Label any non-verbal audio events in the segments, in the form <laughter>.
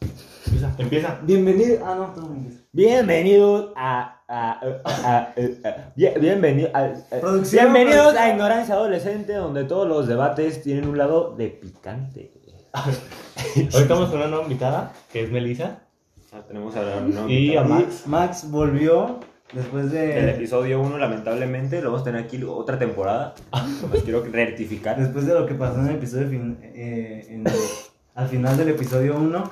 Empieza. <laughs> Empieza. Bienvenido. Ah, no, todo bien. Bienvenidos a. a- a- a- a- bien- bienvenido a- a- Producción, bienvenidos producción. a Ignorancia Adolescente, donde todos los debates tienen un lado de picante. Hoy estamos con una nueva invitada, que es Melissa. <laughs> Ya tenemos a la no, Y a mitad. Max. Max volvió después El de. episodio 1, lamentablemente, lo vamos a tener aquí otra <laughs> temporada. Los quiero rectificar. Después de lo que pasó en el episodio. fin- eh, en- al final del episodio 1,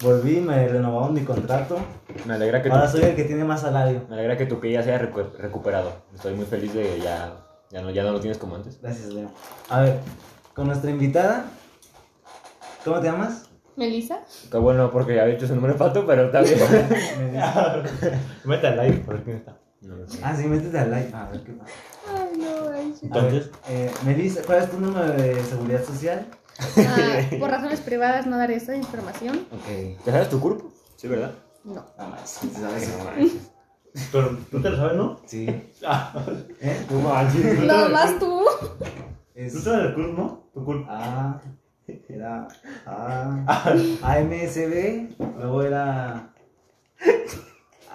volví, me renovaron mi contrato. Me alegra que tu, Ahora soy el que tiene más salario. me alegra que tu que ya se haya recu- recuperado. Estoy muy feliz de que ya, ya, no, ya no lo tienes como antes. Gracias, Leo. A ver, con nuestra invitada. ¿Cómo te <laughs> llamas? ¿Melisa? Qué bueno, porque ya había hecho su número de pato, pero está <laughs> bien. Me dice- Mete al live por ver quién está. No, Ah, sí, métete al like. A ver qué pasa. Ay, no, ay, sí. A ver, Entonces. eh, Melissa, ¿cuál es tu número de seguridad social? <laughs> Ah, por razones privadas no daré esta información. Ok. ¿Te sabes tu cuerpo? ¿Sí, verdad? No. Nada más. ¿Sabes? Pero tú te lo sabes, ¿no? Sí. Ah, ¿Eh? no manches. Nada más tú. Es- Tú sabes el club, ¿no? Tu club. A, Ah, era ah. Ah. A, AMSB, luego era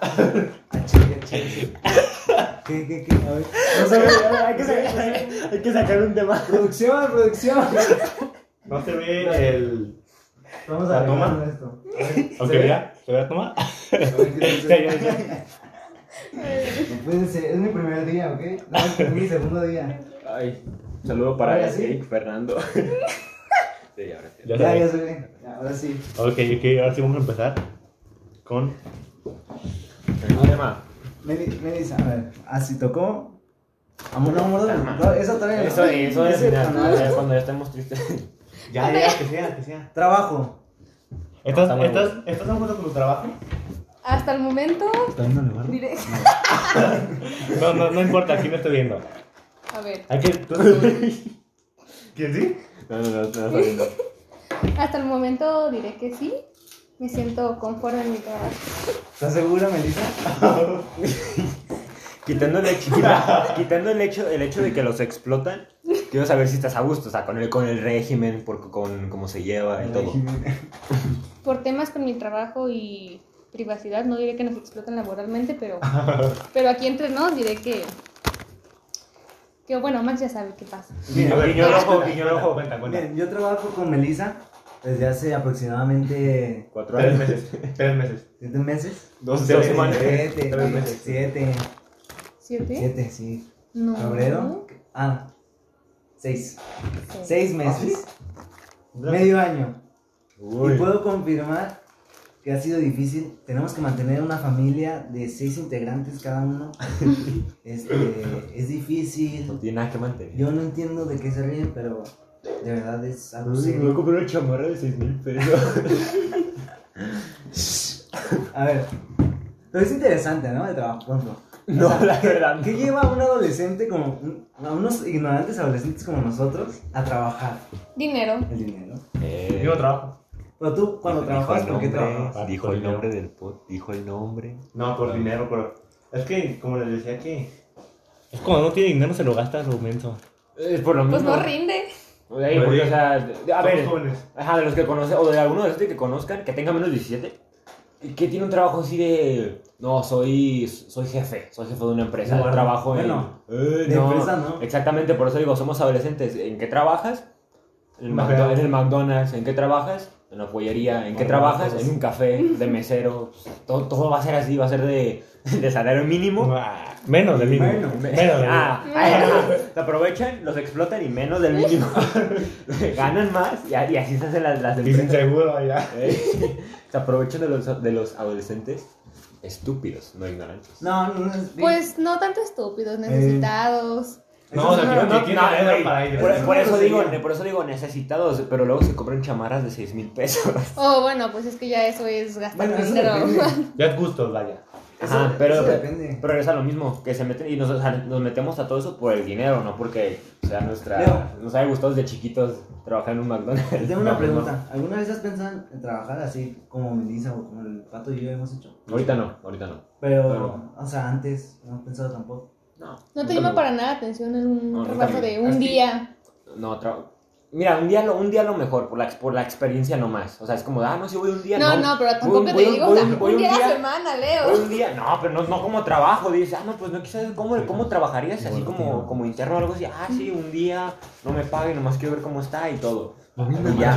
H, H, ¿Qué, qué, qué? A ver, no sé, a ver, hay que sacar, Hay que sacar un tema. producción, producción. No se ve el. Vamos ¿La a toma? tomar esto. A ver, Aunque se ve. vea, se vea <laughs> toma. A ver qué <laughs> Ya, ya, dice. No puede ser, es mi primer día, ¿ok? No, es mi segundo día. Ay, un saludo para Ahora el sí. Eric <laughs> Fernando. sí, ahora sí. Ya, Ya, se ve. ya se ve. Ya, Ahora sí. Ok, ok, ahora sí vamos a empezar con. ¿Qué tema? Meli- Melissa, a ver, así tocó. Amor, no, amor, no, eso todavía no. Eso, eso es Ese- final, ya cuando ya estemos tristes. <laughs> Ya, ya, que sea, que sea. Trabajo. ¿Estás, Está muy estás, ¿Estás de acuerdo con tu trabajo? Hasta el momento diré. No, no, no importa, aquí no estoy viendo. A ver. Hay que. tú- tú- <laughs> ¿Quién sí? No, no, no, no, está bien, no. Hasta el momento diré que sí. Me siento conforme en mi trabajo. ¿Estás segura, Melissa? Quitando el hecho, <laughs> quita- quitando el hecho, el hecho de que los explotan, quiero saber si estás a gusto, o sea, con el, con el régimen, por, con cómo se lleva y todo. Por temas con mi trabajo y privacidad, no diré que nos explotan laboralmente, pero, pero aquí entre nos diré que. Que bueno, Max ya sabe qué pasa. Mira, Guiño cuenta, rojo, cuenta, guiño rojo. Cuenta, cuenta. Miren, yo trabajo con Melissa desde hace aproximadamente Cuatro Tres años. meses. Tres meses. siete meses. Dos, Tres dos semanas. Siete, Tres meses. siete, ¿Siete? siete, sí. No. Febrero. Ah, seis. Seis. Seis meses. Ah, Medio año. Y Uy. puedo confirmar que ha sido difícil. Tenemos que mantener una familia de seis integrantes cada <laughs> uno. Este, es No difícil. tiene nada que mantener. Yo no entiendo de qué se ríen, pero de verdad es algo Uy, serio. compré una chamarra de 6 mil pesos. A ver, pero es interesante, ¿no? El trabajo, por ejemplo. No, la verdad. ¿Qué lleva a un adolescente como un- a unos ignorantes adolescentes como nosotros a trabajar Dinero. el dinero? Eh, Yo no trabajo. Pero tú cuando dijo trabajas, el ¿por qué nombre, trabajas? trabajas? Dijo el nombre del pot, dijo el nombre. No, por dinero, pero. Es que, como les decía, que. Es como no tiene dinero, se lo gasta a su menso. Es por lo Pues mismo. no rinde. Ey, Pues porque, o sea, Pues a Somos ver, jóvenes. Ajá, de los que conocen, o de alguno de los que conozcan, que tenga menos de 17, y que tiene un trabajo así de. No, soy, soy jefe, soy jefe de una empresa, Bueno, trabajo bueno, en. Eh, de empresa, ¿no? Exactamente, por eso digo, somos adolescentes. ¿En qué trabajas? En el, Una McDo- peda. en el McDonald's. ¿En qué trabajas? En la pollería. ¿En qué Bueno, pues, trabajas? todos. En un café, de mesero. Todo, todo va a ser así, va a ser de, de salario mínimo. Ah, Menos del mínimo. Bueno, menos del mínimo. <laughs> Ah, ah, ajá. Te aprovechan, los explotan y menos <laughs> del mínimo. Ganan más y, a- y así se hacen las, las Y sin empresas. seguro, ya. Eh, Se aprovechan de los, de los adolescentes estúpidos, no ignorantes. No, no, no es Pues no tanto estúpidos, necesitados. No, o sea, que no, que quieren dinero güey, para ellos. por, Eso por no eso lo digo, sería. por eso digo necesitados, pero luego se compran chamarras de 6 mil pesos. <laughs> Oh, bueno, pues es que ya eso es gastar Bueno, eso dinero. depende. <laughs> Ya es gusto, vaya. Eso- Ajá, pero, eso depende. pero es a lo mismo, que se meten y nos, o sea, nos metemos a todo eso por el dinero, no porque sea nuestra, Leo. nos haya gustado desde chiquitos trabajar en un Te McDonald's. tengo una <laughs> No, pregunta. ¿Alguna vez has pensado en trabajar así como Melissa o como el pato y yo hemos hecho? no. Ahorita no, ahorita no. Pero, Pero- o sea, antes no has pensado tampoco. No, <laughs> No nunca te llama me- para nada atención en un No, nunca trabajo me- de un así. día. No, tra- Mira, un día, lo, un día lo mejor, por la, ex- por la experiencia nomás. O sea, es como, ah, no, si voy un día. No, no, pero tampoco Voy- te voy- digo <laughs> voy- o sea, voy un día a la día- semana, voy Leo. un día, no, pero no, no como trabajo. Dices, ah, no, pues no quizás cómo, cómo trabajarías así como, como interno o algo así. Ah, sí, un día no me pague, nomás quiero ver cómo está y todo. Y ya.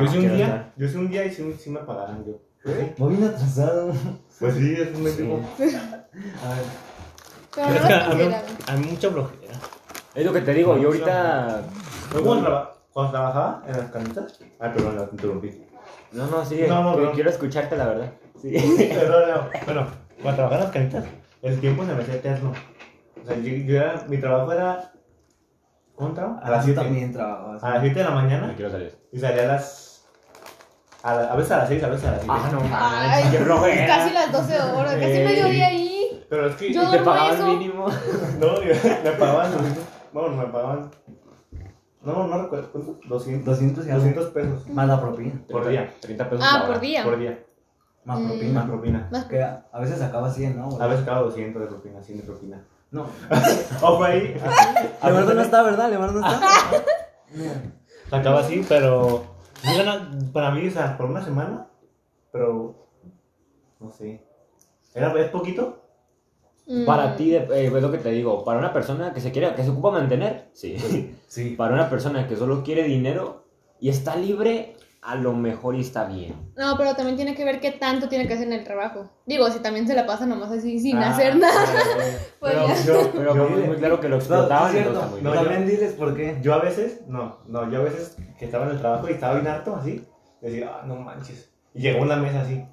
Yo no hice un quiero día, estar. yo hice un día y sí, sí me pagaron yo. Voy bien atrasado. <laughs> Pues sí, es un médico. A ver, Pero Pero <laughs> no es que lo a mí, consideraba. a mí mucha flojera. Es lo que te digo, yo ahorita. Yo cuando, traba- cuando trabajaba en las canitas. Ay, perdón, la interrumpí. No, no, sigue. No, no, Quiero- no. Quiero escucharte, la verdad. Sí, perdón, no. <laughs> Bueno, cuando trabajaba en las canitas, el tiempo se me hacía eterno. O sea, yo, yo era, mi trabajo era. ¿Cómo trabajaba? A las Ah, tú 7. también trabajabas. A las 7 de la No mañana quiero salir. y salía a las. A, la- a veces a las 6, a veces a las 7. Ah, no, Ay, mames, qué <laughs> flojera. casi las 12 horas, casi Ey. mediodía ahí. Pero es que. Y te Yo- duermo eso. pagaban mínimo. <laughs> No, yo- me pagaban. lo mismo. Bueno, me pagaban. No, no recuerdo. ¿Cuánto? 200, 200 y algo. 200 pesos Más la propina. por día. 30 pesos. Ah, la por hora. día. Por día. Más Mm. propina. Más propina. Más- Que a a veces acaba 100, ¿no? güey? A veces cada 200 de propina, 100 de propina. No. Ojo ahí. Ah, Leonardo no está, ¿verdad? Leonardo no está. Acaba así, pero. yo gana- para mí, o sea, por una semana, pero. No sé. Era, ¿Es poquito? Mm. Para ti, de- eh, es lo que te digo, para una persona que se quiere, que se ocupa mantener, sí. Sí. para una persona que solo quiere dinero y está libre, a lo mejor y está bien. No, pero también tiene que ver qué tanto tiene que hacer en el trabajo. Digo, si también se la pasa nomás así sin Ah, <laughs> hacer <laughs> nada, eh, pues pero ya. yo, Pero yo, muy, muy claro que lo No, sí explotaban, es entonces cierto. está muy No, bien. También diles por qué. yo a veces, no, no, yo a veces que estaba en el trabajo y estaba bien harto así, decía, ah, no manches. Y llegó una mesa así,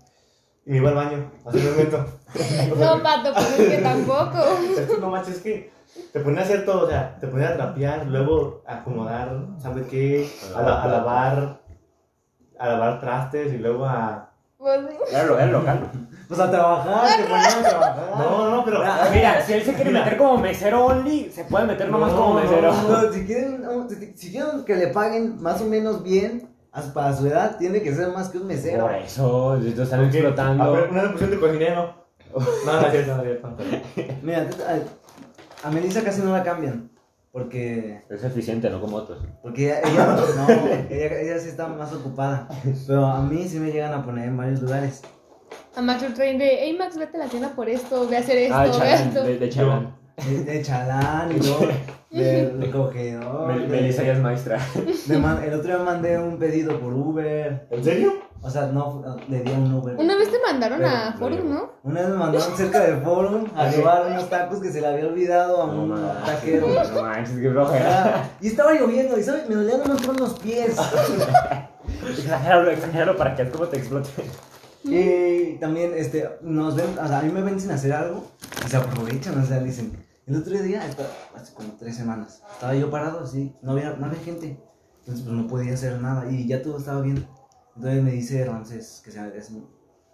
y me iba al baño, así me meto. <laughs> O sea, No, pato, pues es que <laughs> tampoco. Es que no manches, es que te ponía a hacer todo, o sea, te ponía a trapear, luego a acomodar, ¿sabes qué? A, la- a lavar, a lavar trastes y luego a... Pues sí. Era lo, era local. Pues a trabajar, te ponían a trabajar. No, no, pero... Ah, Mira, si él se quiere Mira. meter como mesero only, se puede meter nomás No, como no, mesero. <laughs> No, si, quieren, no, si- si quieren que le paguen más o menos bien, as- para su edad, tiene que ser más que un mesero. Por eso, lo están ¿Qué? A explotando. ver, una pusieron de cocinero. <laughs> No, no es cierto, no es cierto. Mira, tú- a, a Melissa casi no la cambian. Porque, Es eficiente, no como otros. porque ella, <laughs> ella- no, ella, ella sí está más ocupada. Pero a mí sí me llegan a poner en varios lugares. A Max lo traen de, hey Max, vete a la tienda por esto, ve a hacer esto, Ah, ve a chalán, esto. de, de chalán. De, de chalán y luego <laughs> de recogedor. Mel- de- Melissa ya es maestra. de man- el otro día mandé un pedido por Uber. ¿En serio? O sea, no, le di a un Uber. Una vez te mandaron Pero, a Forum, llevo. ¿no? Una vez me mandaron cerca del forum a llevar unos tacos que se le había olvidado a No un manches, taquero. no manches, qué flojera. Ah, Y estaba lloviendo, y ¿sabes? me dolían un montón los pies. Exagéralo, exagéralo para que como te explote. Y también, este, nos ven, o sea, a mí me ven sin hacer algo y se aprovechan, o sea, dicen. El otro día, esta- hace como tres semanas, estaba yo parado así, no había, no había gente. Entonces, pues no podía hacer nada y ya todo estaba bien. Entonces me dice Ramses, que se es un-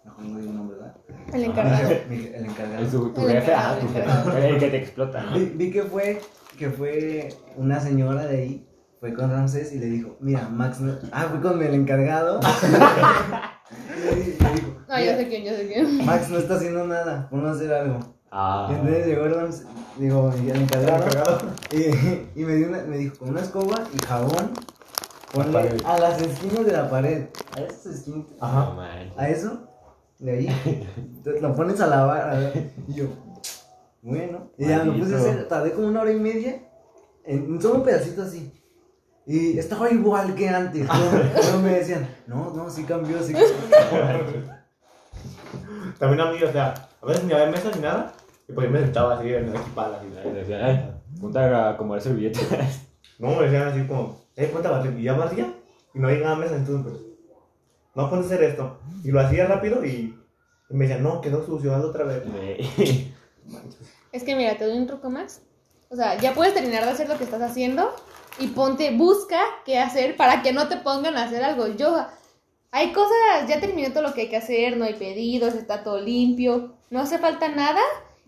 mejor no digo nombre, ¿verdad? El encargado. <laughs> Mi- El encargado. Es tu, tu El jefe, encargado, ah, tu el jefe, el que te explota. ¿no? Vi, vi que fue que fue una señora de ahí, fue con Ramsés y le dijo, mira, Max no... Ah, fue con el encargado. <laughs> y le, di- le dijo, No, yo "Mira, sé quién, yo sé quién. Max no está haciendo nada, ponlo a hacer algo. Ah. Y entonces llegó Ramsés, digo, y el encargado, y, y me, dio una- me dijo, con una escoba y jabón, La ponle pared. a las esquinas de la pared, a esas esquinas, No Ajá. manches. a eso, de ahí, te- lo pones a lavar, a ver, y yo, bueno, y ya me puse a hacer, tardé como una hora y media, en, en solo un pedacito así, y estaba igual que <laughs> antes, pero, pero me decían, no, no, sí cambió, sí cambió, <laughs> También a mí, o sea, a veces ni había mesas ni nada, y pues yo me sentaba así en la espalda. Así, Ahí decía, "Ay, Ponte a acomodar servilletas. No, me decían así como, eh, ponte a barrer. Y yo barría y no llegaba a mesa, entonces, pues, no ponte a hacer esto. Y lo hacía rápido y y me decían, no, quedó sucio, hazlo otra vez. Eh, Es que mira, te doy un truco, Max. O sea, ya puedes terminar de hacer lo que estás haciendo y ponte, busca qué hacer para que no te pongan a hacer algo. Yo, hay cosas, ya terminé todo lo que hay que hacer, no hay pedidos, está todo limpio, no hace falta nada.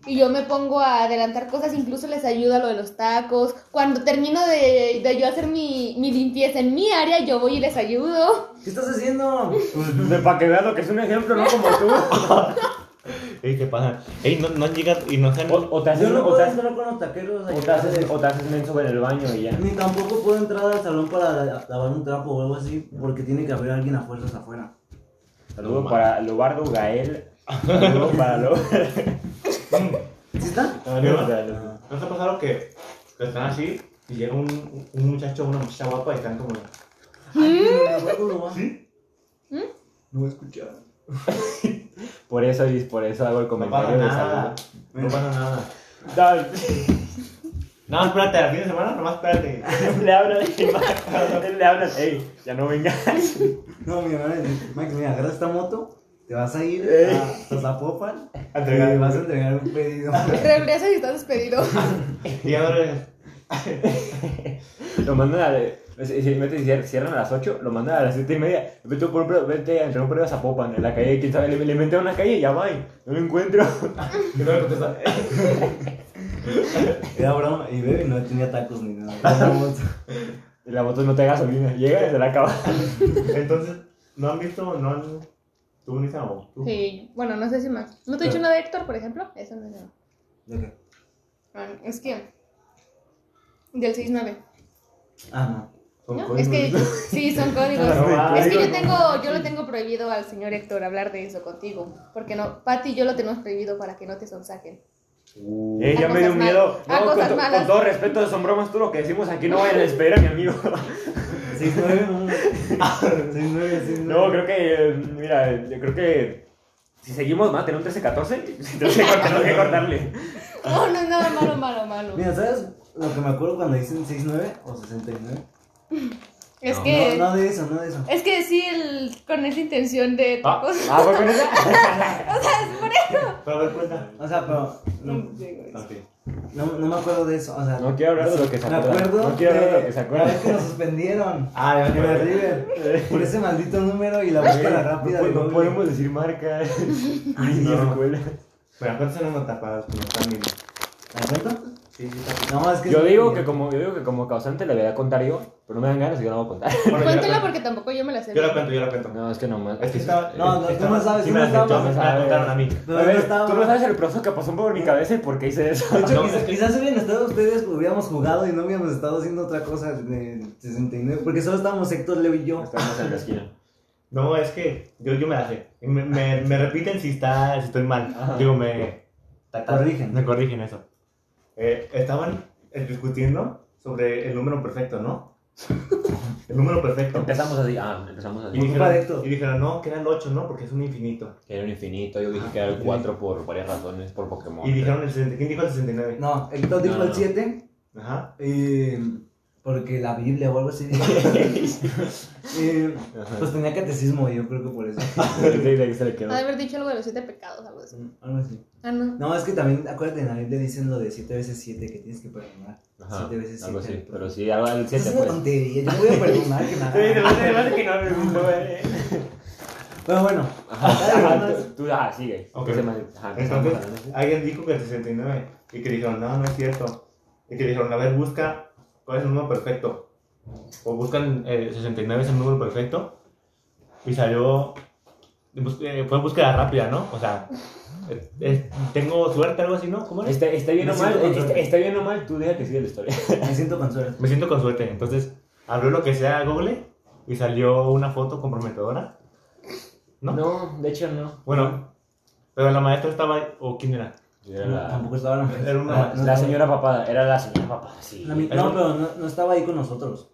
Y yo me pongo a adelantar cosas, incluso les ayuda lo de los tacos. Cuando termino de, de yo hacer mi, mi limpieza en mi área, yo voy y les ayudo. ¿qué Pues, estás haciendo? <laughs> Para que veas lo que es un ejemplo, no como tú. Ey, ¿qué pasa? Ey, no, no llega y no se O, <laughs> o te haces, Yo no o puedo te haces- entrar con los taqueros. o a te haces- llevarles- o te haces menso en el baño y ya. Ni tampoco puedo entrar al salón para la- lavar un trapo o algo así, porque tiene que haber alguien a fuerzas afuera. Saludo para Lobardo Gael. Saludo para Lobardo. ¿Sí está? No, no, no. ¿No te ha pasado que que están así y llega un, un muchacho o una muchacha guapa y están como. ¿Sí? No voy a escuchar. Por eso, y por eso hago el No comentario pasa de nada. No saludo. pasa nada. Dale. No, espérate, al fin de semana nomás espérate. <laughs> Le hablan, le hablan, ey, ya no vengas. No, mi hermano, Mike, mira, agarra esta moto, te vas a ir Ey. a, a <laughs> Zapopan A entregar. y vas a entregar un pedido. Regresa y estás despedido. Y ahora. Lo mandan a. la- Si, si- mete- si cierran a las 8, lo mandan a las 7 y media. Vete, por, un pre- vete a entregar un periodo a Zapopan en la calle. ¿Quién sabe? Le, le inventé una calle y ya va. y No lo encuentro. <laughs> Que no le contesta. Era broma, y bebé no tenía tacos ni <laughs> nada. Era una moto. Y la moto no te da gasolina. Llega y se la acaba. Entonces, ¿no han visto? ¿No han. ¿Tú, Nisa o tú? Sí, bueno, no sé si más. ¿No te he dicho nada de Héctor, por ejemplo? Eso no es nada. ¿De qué? Ah, Es que. Del 6-9. Ah, no. Son ¿no? códigos. Es que. <laughs> Sí, son códigos. No, va, es que yo no. tengo, yo lo tengo prohibido al señor Héctor hablar de eso contigo. Porque no, Pati y yo lo tenemos prohibido para que no te sonsaquen. Eh, ya A me dio cosas miedo. malas. A No, con, cosas to- malas. con todo respeto, son bromas. Todo lo que decimos aquí no vayan a despedir a mi amigo. 6-9, <laughs> no. 6-9, 6-9. No, creo que. eh, Mira, yo creo que. Si seguimos, van a tener un 13-14. <laughs> Entonces, tengo que cortarle. No, no es nada malo, malo, malo. Mira, ¿sabes lo que me acuerdo cuando dicen 6-9 o 69? Es que. No, no de eso, no de eso. Es que sí, el, con esa intención de Ah, tacos. <laughs> ah, fue con esa. <laughs> Pero a ver, cuenta. Ah, O sea, pero no, Ok. no, no me acuerdo de eso. O sea, No quiero hablar de lo que se me acuerda. acuerdo. No quiero hablar de lo que se La vez acuerda. que nos suspendieron. Ah, ya me en el acuerdo. River. Por ese maldito número y la búsqueda rápida. No, de po- no Google. podemos decir marcas. Ay, No. escuela. Pero acuérdate, no tapadas como están bien. ¿La cuento? Sí, sí, No, es que. Yo digo que como yo digo que como causante le voy a contar yo, pero no me dan ganas y yo no voy a contar. Bueno, yo la Cuéntela cuento. porque tampoco yo me la sé. Yo la cuento, yo la cuento. <laughs> No, es que no más. Es que estaba. No, no, tú estaba- no sabes, sí tú me no la aceptó, sabes. me la contaron a mí. Pero a no ver, estaba- tú no sabes el proceso que pasó por mi cabeza y por qué hice eso. De hecho, No, quizá- es que- quizás hubieran estado ustedes, hubiéramos jugado y no hubiéramos estado haciendo otra cosa de 69. Porque solo estábamos Héctor, Leo y yo. <laughs> Estamos en la esquina. No, es que yo, yo me la sé. Y Me, me, me repiten si, está, si estoy mal. Digo, me. Te corrigen. Me corrigen eso. Eh, estaban eh, discutiendo sobre el número perfecto, ¿no? El número perfecto. Empezamos así, ah, empezamos así. Y Por culpa de Héctor. dijeron, y dijeron, no, que era el 8, ¿no? Porque es un infinito. Que era un infinito, yo dije que era el 4 por varias razones, por Pokémon. Y dijeron el 60. ¿Quién dijo el 69? No, Héctor dijo No, el no. 7. Ajá. eh, porque la Biblia o algo así. <laughs> Eh, pues tenía catecismo, yo creo que por eso. Ha de haber dicho algo de los siete pecados, algo así. Algo así. Ah, no. No, es que también, acuérdate, en la Biblia dicen lo de 7 veces 7 que tienes que perdonar. 7 veces 7. Algo así, pero sí, algo del Es 7 una pues. tontería, yo no voy a perdonar <laughs> que nada. que no Pero bueno, Tú, ah, sigue. Ok. Ese más- ajá, empezamos Entonces, hablando así. alguien dijo que el 69. Y que dijeron, no, no es cierto. Y que dijeron, a ver, busca cuál es el número perfecto. O buscan eh, 69 es el número perfecto. Y salió. bus- eh, fue búsqueda rápida, ¿no? O sea, eh, eh, tengo suerte, algo así, ¿no? ¿Cómo era? Está, está bien Me o mal, eh, siento está, control. está bien o mal, tú deja que siga la historia. me siento con suerte. Me siento con suerte. Entonces, abrió lo que sea Google y salió una foto comprometedora. ¿No? <laughs> No, de hecho no. Bueno, pero la maestra estaba. ¿O quién era? Era No, la- tampoco estaba la Era una- no, La no, señora papada, era la señora papada, sí. la mi- no, pero no, no estaba ahí con nosotros.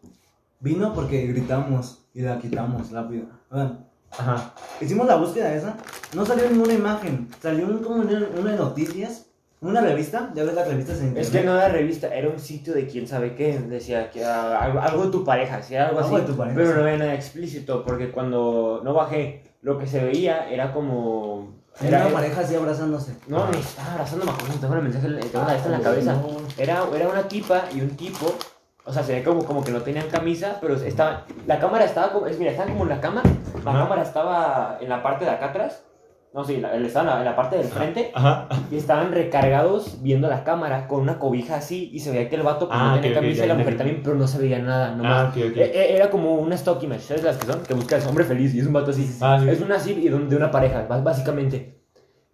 Vino porque gritamos y la quitamos rápido. Oigan, Ajá. hicimos la búsqueda esa. No salió ninguna imagen. Salió un, como una, una de noticias. Una revista. Ya ves las revistas en internet. Es que no era revista, era un sitio de quién sabe qué. Decía que ah, algo, algo de tu pareja, sí, algo así. Algo de tu pareja, pero sí. no había nada explícito, porque cuando no bajé, lo que se veía era como. Era Era, una pareja así abrazándose. no, me estaba abrazando, me acuerdo, tengo una mensaje tengo una de estas Ah, Ah, en la cabeza. Era, era una tipa y un tipo. O sea, se ve como, como que no tenían camisa, pero estaba, la cámara estaba como, es, mira, estaban como en la cama, la Ajá. cámara estaba en la parte de acá atrás, no, sí, la, estaba en la, en la parte del frente, Ajá. y estaban recargados viendo la cámara con una cobija así y se veía que el vato pues, Ah, no tenía ok, ok, camisa ya, y la ya, mujer ya. también, pero no se veía nada. Nomás. Ah, ok, ok. E- e- Era como una stock image, ¿sabes las que son? Que buscas hombre feliz y es un vato así. Ah, sí. Es una así y de un- de una pareja, bas- básicamente.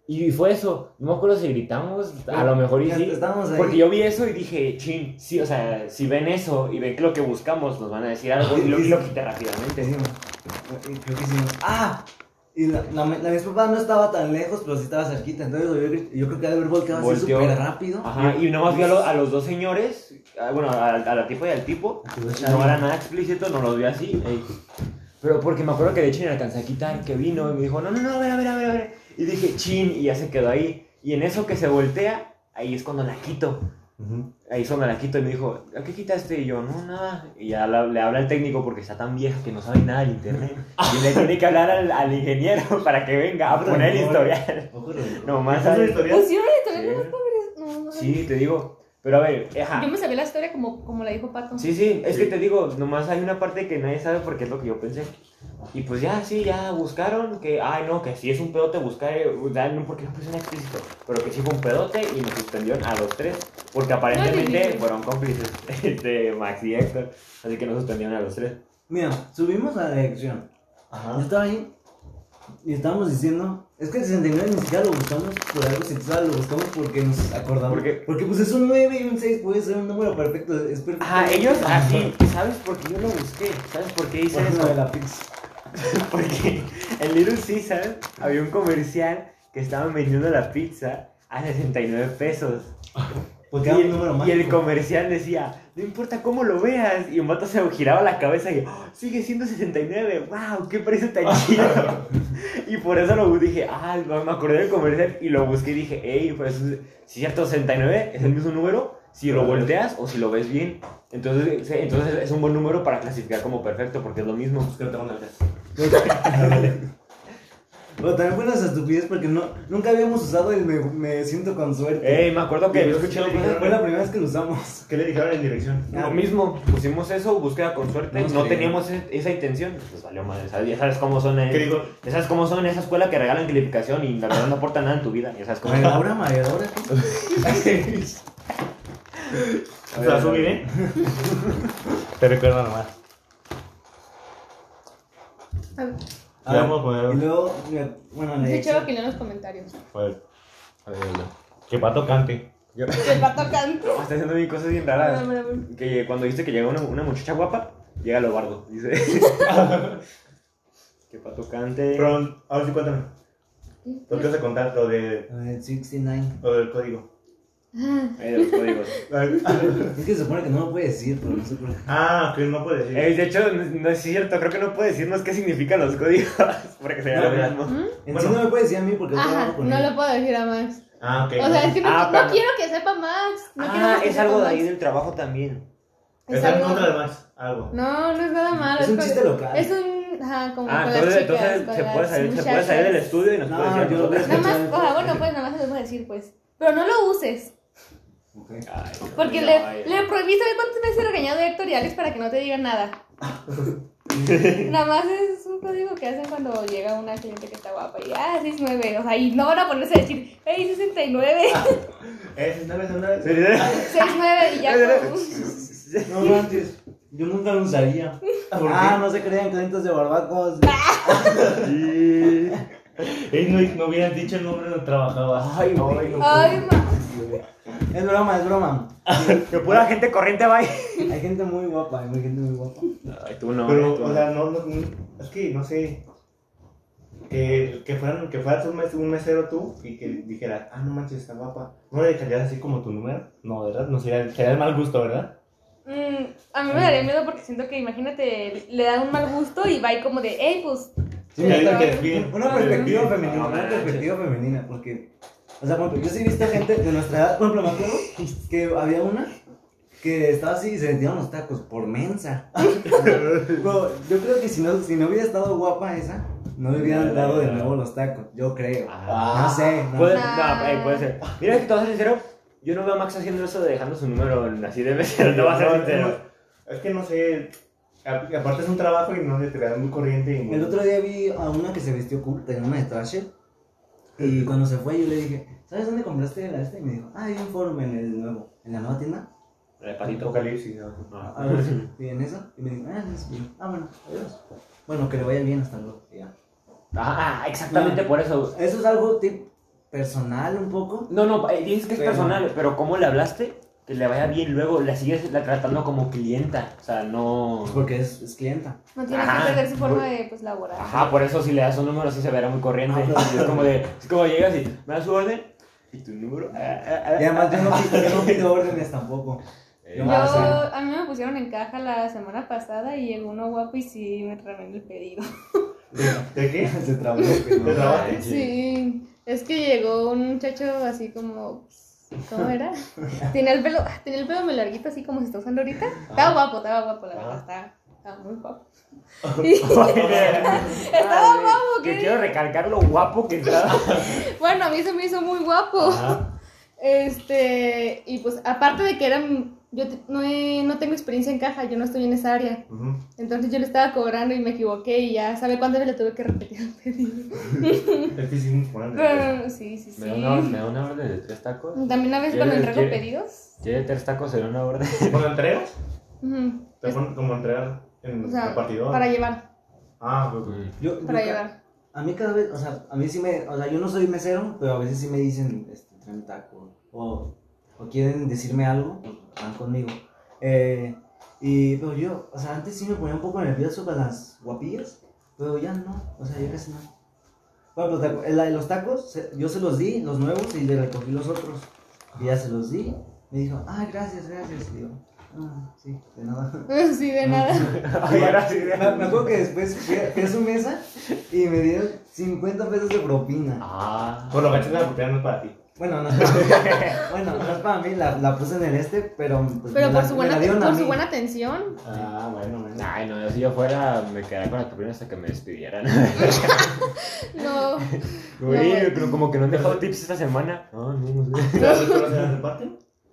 Y fue eso. No me acuerdo si gritamos, a lo mejor y Ya sí. Estábamos ahí. Porque yo vi eso y dije, chin, sí, o sea, si ven eso y ven lo que buscamos, nos van a decir algo y lo, y lo quité Te rápidamente. digo, eh, Creo que hicimos. ¡Ah! Y la, la, la mis papás no estaba tan lejos, pero sí estaba cerquita. Entonces yo, creo- yo creo que ha de haber volteado así Volteó. súper rápido. Ajá, y nomás vi a, lo- a los dos señores, a- bueno, a, a la tipa y al tipo, no era nada explícito, no los vi así. ey. Pero porque me acuerdo que de hecho ni alcancé a quitar, que vino y me dijo, no, no, no, a ver, a ver, a ver, a ver. Y dije, chin, y ya se quedó ahí. Y en eso que se voltea, ahí es cuando la quito. Ahí es cuando la quito y me dijo, ¿a qué quitaste? Y yo, no, nada. Y ya la- le habla al técnico porque está tan vieja que no sabe nada del internet. <laughs> Y le tiene que hablar al, al ingeniero <laughs> para que venga a poner el historial. <laughs> Ojo, rencor. Nomás ¿Esa es ahí- una historia? Pusieron la historia Sí. de los pobres. No, no. Sí, te digo. Pero a ver, ajá. Yo me sabía la historia como, como la dijo Pato. Sí, sí, es Sí. que te digo, nomás hay una parte que nadie sabe porque es lo que yo pensé. Y pues ya, sí, ya buscaron que, ay, no, que sí es un pedote buscar, eh, ya, no, porque no pusieron explícito, pero que sí fue un pedote y nos suspendieron a los tres, porque aparentemente difícil. fueron cómplices <laughs> de Max y Héctor, así que nos suspendieron a los tres. Mira, subimos a la dirección. Yo Ajá. estaba ahí y estábamos diciendo. Es que el 69 ni siquiera lo buscamos por algo sexual, lo buscamos porque nos acordamos. Porque- Porque pues es un 9 y un 6 puede ser un número perfecto. Es perfecto. Ajá, Ah, ellos así, ¿sabes por qué yo lo busqué? ¿Sabes por qué hice Por eso? lo de la pizza. <laughs> Porque en Little Caesar había un comercial que estaban vendiendo la pizza a 69 pesos. Porque Pues Y era un el, número y el mágico. comercial decía, no importa cómo lo veas. Y un vato se giraba la cabeza y, "Oh, sigue siendo 69. ¡Wow! ¡Qué precio <laughs> tan chido! y por eso lo bu- dije, ah, me acordé del comercial y lo busqué y dije, hey, pues si es cierto, 69 es el mismo número si lo volteas o si lo ves bien. Entonces, se- entonces es un buen número para clasificar como perfecto porque es lo mismo. Creo que tengo una vez. Pero también fue una estupidez porque no, nunca habíamos usado el me, me siento con suerte. Ey, me acuerdo que Y yo yo escuché sí lo le dije, Fue la primera vez que lo usamos. ¿Qué le dijeron en dirección? Ah. Lo mismo, pusimos eso, búsqueda con suerte, No no, sé. teníamos e- esa intención, pues valió madre, ¿sabes? ya sabes cómo son, eh, ¿Qué digo? ya sabes cómo son esa escuela que regalan calificación y la verdad no aporta nada en tu vida, ya sabes cómo son. Mareadora, mareadora. <laughs> O sea, subí, ¿eh? <laughs> Te recuerdo nomás. A ver, A ver, vamos a poner- Y luego, mira, bueno, la dice Chava dirección. que lea en los comentarios. Joder. Que pato cante. Que el pato canta. No, está haciendo mil cosas bien A raras, ver, a ver, a ver. que cuando dice que llega una, una muchacha guapa, llega Lobardo, dice, que pato cante, Pero, a ver si cuéntame. Lo que vas a contar, lo, de, A ver, 69. lo del código. <laughs> Eh, los códigos. Es que se supone que no lo puede decir, pero no sé por qué. Ah, que no puede decir. Eh, de hecho, no, no es cierto, creo que no puede decirnos qué significan los códigos, <laughs> porque sería No, lo mira. mismo. En Bueno. sí no me puede decir a mí porque yo Ajá, trabajo con no él. lo puedo decir a Max. Ah, ok. O sea, es que no, Ah, no pero- quiero que sepa Max. No Ah, quiero que es sepa algo de Max. ahí del trabajo también. Es Está en algo- contra de Max. Algo. No, no es nada malo. Es un con- chiste local. Es un. Ajá, como Ah, con entonces, las chicas. entonces con se, puede las salir, se puede salir del muchachas. estudio y nos No, puede decir a yo lo nosotros. veo. Nada más, o sea, bueno, pues nada más se puede decir, pues. Pero no lo uses. Ok. Ay, Porque no, le, ay. le prohibí saber cuántas veces he regañado a Héctor y Alex para que no te <laughs> digan nada. nada más es un código que hacen cuando llega una cliente que está guapa y ah, 69. O sea, y no van a ponerse a decir, hey, <laughs> 69, Es una vez, una vez. Sí, sí, 69 y ya. <laughs> como- No manches, yo nunca lo usaría. ¿Por Ah, qué? no se crean clientes de barbacos. Ah. Sí. <laughs> Ey, no, no hubieras dicho el nombre donde trabajaba. Ay, güey. <laughs> Ay, ma. Es broma, es broma. Que pura gente corriente va ahí. Hay gente muy guapa, hay gente muy guapa. Ay, tú no. Pero, tú o no. sea, no, no, no- es que no sé. Que, que, fueran, que fueras un, mes- un mesero tú y que dijeras, ah, no manches, está guapa. ¿No le dejarías así como tu número? No, ¿verdad? No sería, sería el mal gusto, ¿verdad? Mm, a mí me daría miedo porque siento que, imagínate, le dan un mal gusto y va ahí como de, hey, pues. Sí, Ya dicen pero- que despiden. Una perspectiva femenina, No una manches. perspectiva femenina, porque, o sea, por ejemplo, yo sí he visto gente de nuestra edad, por ejemplo, me acuerdo que había una que estaba así y se le tiraban los tacos por mensa. <laughs> Pero yo creo que si no, si no hubiera estado guapa esa, no le hubieran dado de nuevo los tacos, yo creo. Ah. no sé, no Puede, sé. no, eh, puede ser. Mira, que te voy a ser sincero. Yo no veo a Max haciendo eso de dejando su número en- así de vez. <laughs> No va a ser No, sincero. no, Es que no sé. a- y Aparte es un trabajo y no le te la dan muy corriente. Y El otro día vi a una que se vistió cool, tenía una de trasher, y cuando se fue yo le dije, ¿sabes dónde compraste la esta? Y me dijo, ah, hay un forum en el nuevo, en la nueva tienda. El patito. Apocalipsis, ¿no? No. A ver, y en eso, y me dijo, ah, sí, sí. ah, bueno, adiós. Bueno, que le vaya bien, hasta luego. y ya. Ah, exactamente por eso. Eso es algo tip personal un poco. No, no, eh, dices que es Pero- personal, pero ¿cómo le hablaste? Que le vaya bien luego, la sigues la tratando como clienta. O sea, no. Pues porque es, es clienta. No tienes Ajá, que perder su forma muy- de pues laboral. Ajá, por eso si le das un número así se verá muy corriente. Ah, claro. Es como de, es como llegas y me das su orden y tu número. ah, ah, ah, Y además yo no, pido- yo no pido órdenes <laughs> tampoco. Eh, Yo- Yo, Ah, sí. a mí me pusieron en caja la semana pasada y llegó uno guapo y sí me tremendo el pedido. ¿De, de qué? Se trabó el ¿De pelo. trabajo? Sí. es que llegó un muchacho así como. ¿Cómo <laughs> era? tenía, el pelo, tenía el pelo muy larguito, así como se está usando ahorita. Estaba guapo, estaba guapo, la verdad, Ah. estaba, estaba muy guapo. <laughs> Y- Estaba Ay, guapo, Que ¿qué? quiero recalcar lo guapo que <laughs> estaba. bueno, a mí se me hizo muy guapo. Ajá. Este, y pues aparte de que era, mi- yo te- no, he- no tengo experiencia en caja, yo no estoy en esa área. Ujú. Entonces yo le estaba cobrando y me equivoqué y ya sabe cuándo le tuve que repetir <laughs> el pedido. Es que sí, me ponen nervioso. Pero, sí, sí, sí. Me da una, me da una orden de tres tacos. También a veces cuando ¿Quieres- entrego quieres? pedidos. ¿Quiere tres tacos en una orden? ¿Cuando entregas? ujú, ¿Te ponen como entregar en o el sea, partidor? para llevar, Ah, pues, Yo, yo para ca- llevar. A mí cada vez, o sea, a mí sí me, o sea, yo no soy mesero, pero a veces sí me dicen, este, traen taco, o, o quieren decirme algo, van conmigo. Eh, y, pero yo, o sea, antes sí me ponía un poco nervioso con las guapillas, pero ya no, o sea, ya casi no. Bueno, pues la- la de los tacos, se- yo se los di, los nuevos, y le recogí los otros, y ya se los di, me dijo, ah, gracias, gracias, y yo, ah, sí, de nada. <laughs> Sí, de nada. Ay, ahora sí, Me, me acuerdo que después fui a, fui a su mesa y me dieron 50 pesos de propina. Ah. por lo que haces la propiedad no es para ti. Bueno, no es para mí, bueno, no es para mí la, la puse en el este, pero, pues, <laughs> Pero me por la- su me la buena, dieron a por mí. su buena atención. Ah, bueno, bueno. Ay, no, si yo fuera, me quedaría con la propina hasta que me despidieran. No. Güey, pero como que no han dejado tips esta semana. No, no, no sé. ¿Sabes cómo se reparte?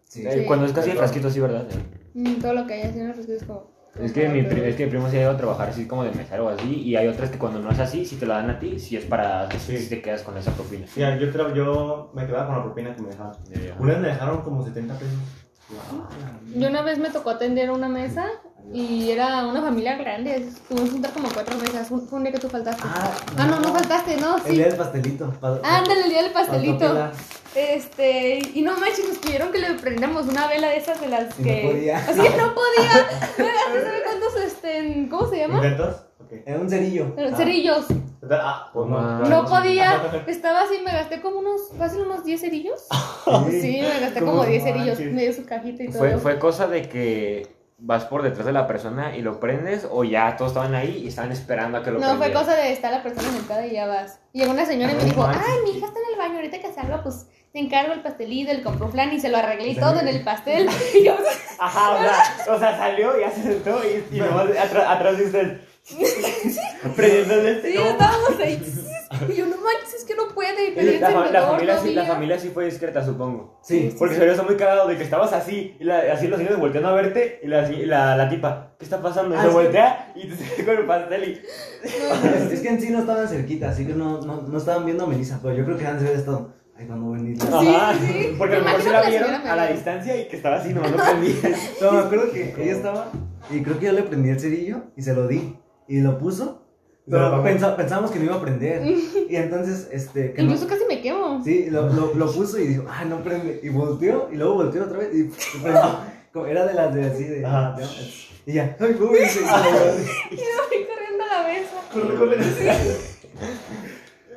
Sí. Eh, Cuando es casi de frasquito, sí, ¿verdad? Mm, Todo lo que hay así en el fresco es como. Es que, mi, pri- es que mi primo se ha ido a trabajar así como de mesero o así, y hay otras que cuando no es así, si te la dan a ti, si es para, Sí. si te quedas con esa propina. Mira, yo, tra- yo me quedaba con la propina que me dejaban. Ya, Una vez me dejaron como 70 pesos. Yo una vez me tocó atender una mesa y era una familia grande. Estuvimos juntas como cuatro mesas. Fue fue un día que tú faltaste. Ah, Ah, no, no no. faltaste, no, El sí. Ah, día del pastelito. pa- pa- Ándale, el día del pa- pastelito. pa- Este, y no manches, nos pidieron que le prendamos una vela de esas de las Y que. no podía. <laughs> Así que no podía. <laughs> No era- no sabía cuántos, este, ¿cómo se llama? ¿Intentos? Ok. Era un cerillo. Eh, Cerillos. Ah, pues no. Ah, No podía. Estaba así, me gasté como unos, fácil unos <laughs> 10 cerillos. Sí, me gasté como ¿Cómo 10 cerillos. manches? Me dio su cajita y todo. Fue, fue cosa de que vas por detrás de la persona y lo prendes, o ya todos estaban ahí y estaban esperando a que lo No, fue prendieras. cosa de estar la persona sentada y ya vas. Y llegó una señora y me No dijo, manches. ay, mi hija está en el baño, ahorita que salga, pues te encargo el pastelito, el compró flan y se lo arreglé y todo en el <laughs> pastel. Y yo, Ajá, o sea, o sea, salió y ya se sentó y, y nomás atra- atrás <laughs> dices. Prendiéndole este. sí, no. estábamos ahí. Y yo, no manches, es que no puede. Y pedí La, fa- la encendedor, familia no sí, la había. familia sí fue discreta, supongo. Sí. Porque se veía eso muy cagado de que estabas así, y la- así los niños volteando a verte, y la, y la, la tipa, ¿qué está pasando? Y Ah, se sí. voltea y te sale con el pastel y. <laughs> Es es que en sí no estaban cerquita, así que no, no, no estaban viendo a Melissa, pero yo creo que han de haber estado. Ay, cuando venir. No. Sí, sí. Porque a lo Me mejor sí imagino que la la vieron señora me a la vio. distancia y que estaba así, nomás no prendía. <laughs> No, me acuerdo que ella estaba y creo que yo le prendí el cerillo y se lo di y lo puso. Pero Pero vamos. pensa- pensábamos que no iba a prender. Y entonces, este. Que no- Incluso casi me quemo. <laughs> sí, lo, lo, lo puso y dijo, ah, no prende. Y volteó y luego volteó otra vez y, <laughs> y prendió. Como Era de las de así de. Ajá. Y ya, <laughs> ay, güey. y se- y se- Y yo fui corriendo a la mesa. Corre, corre.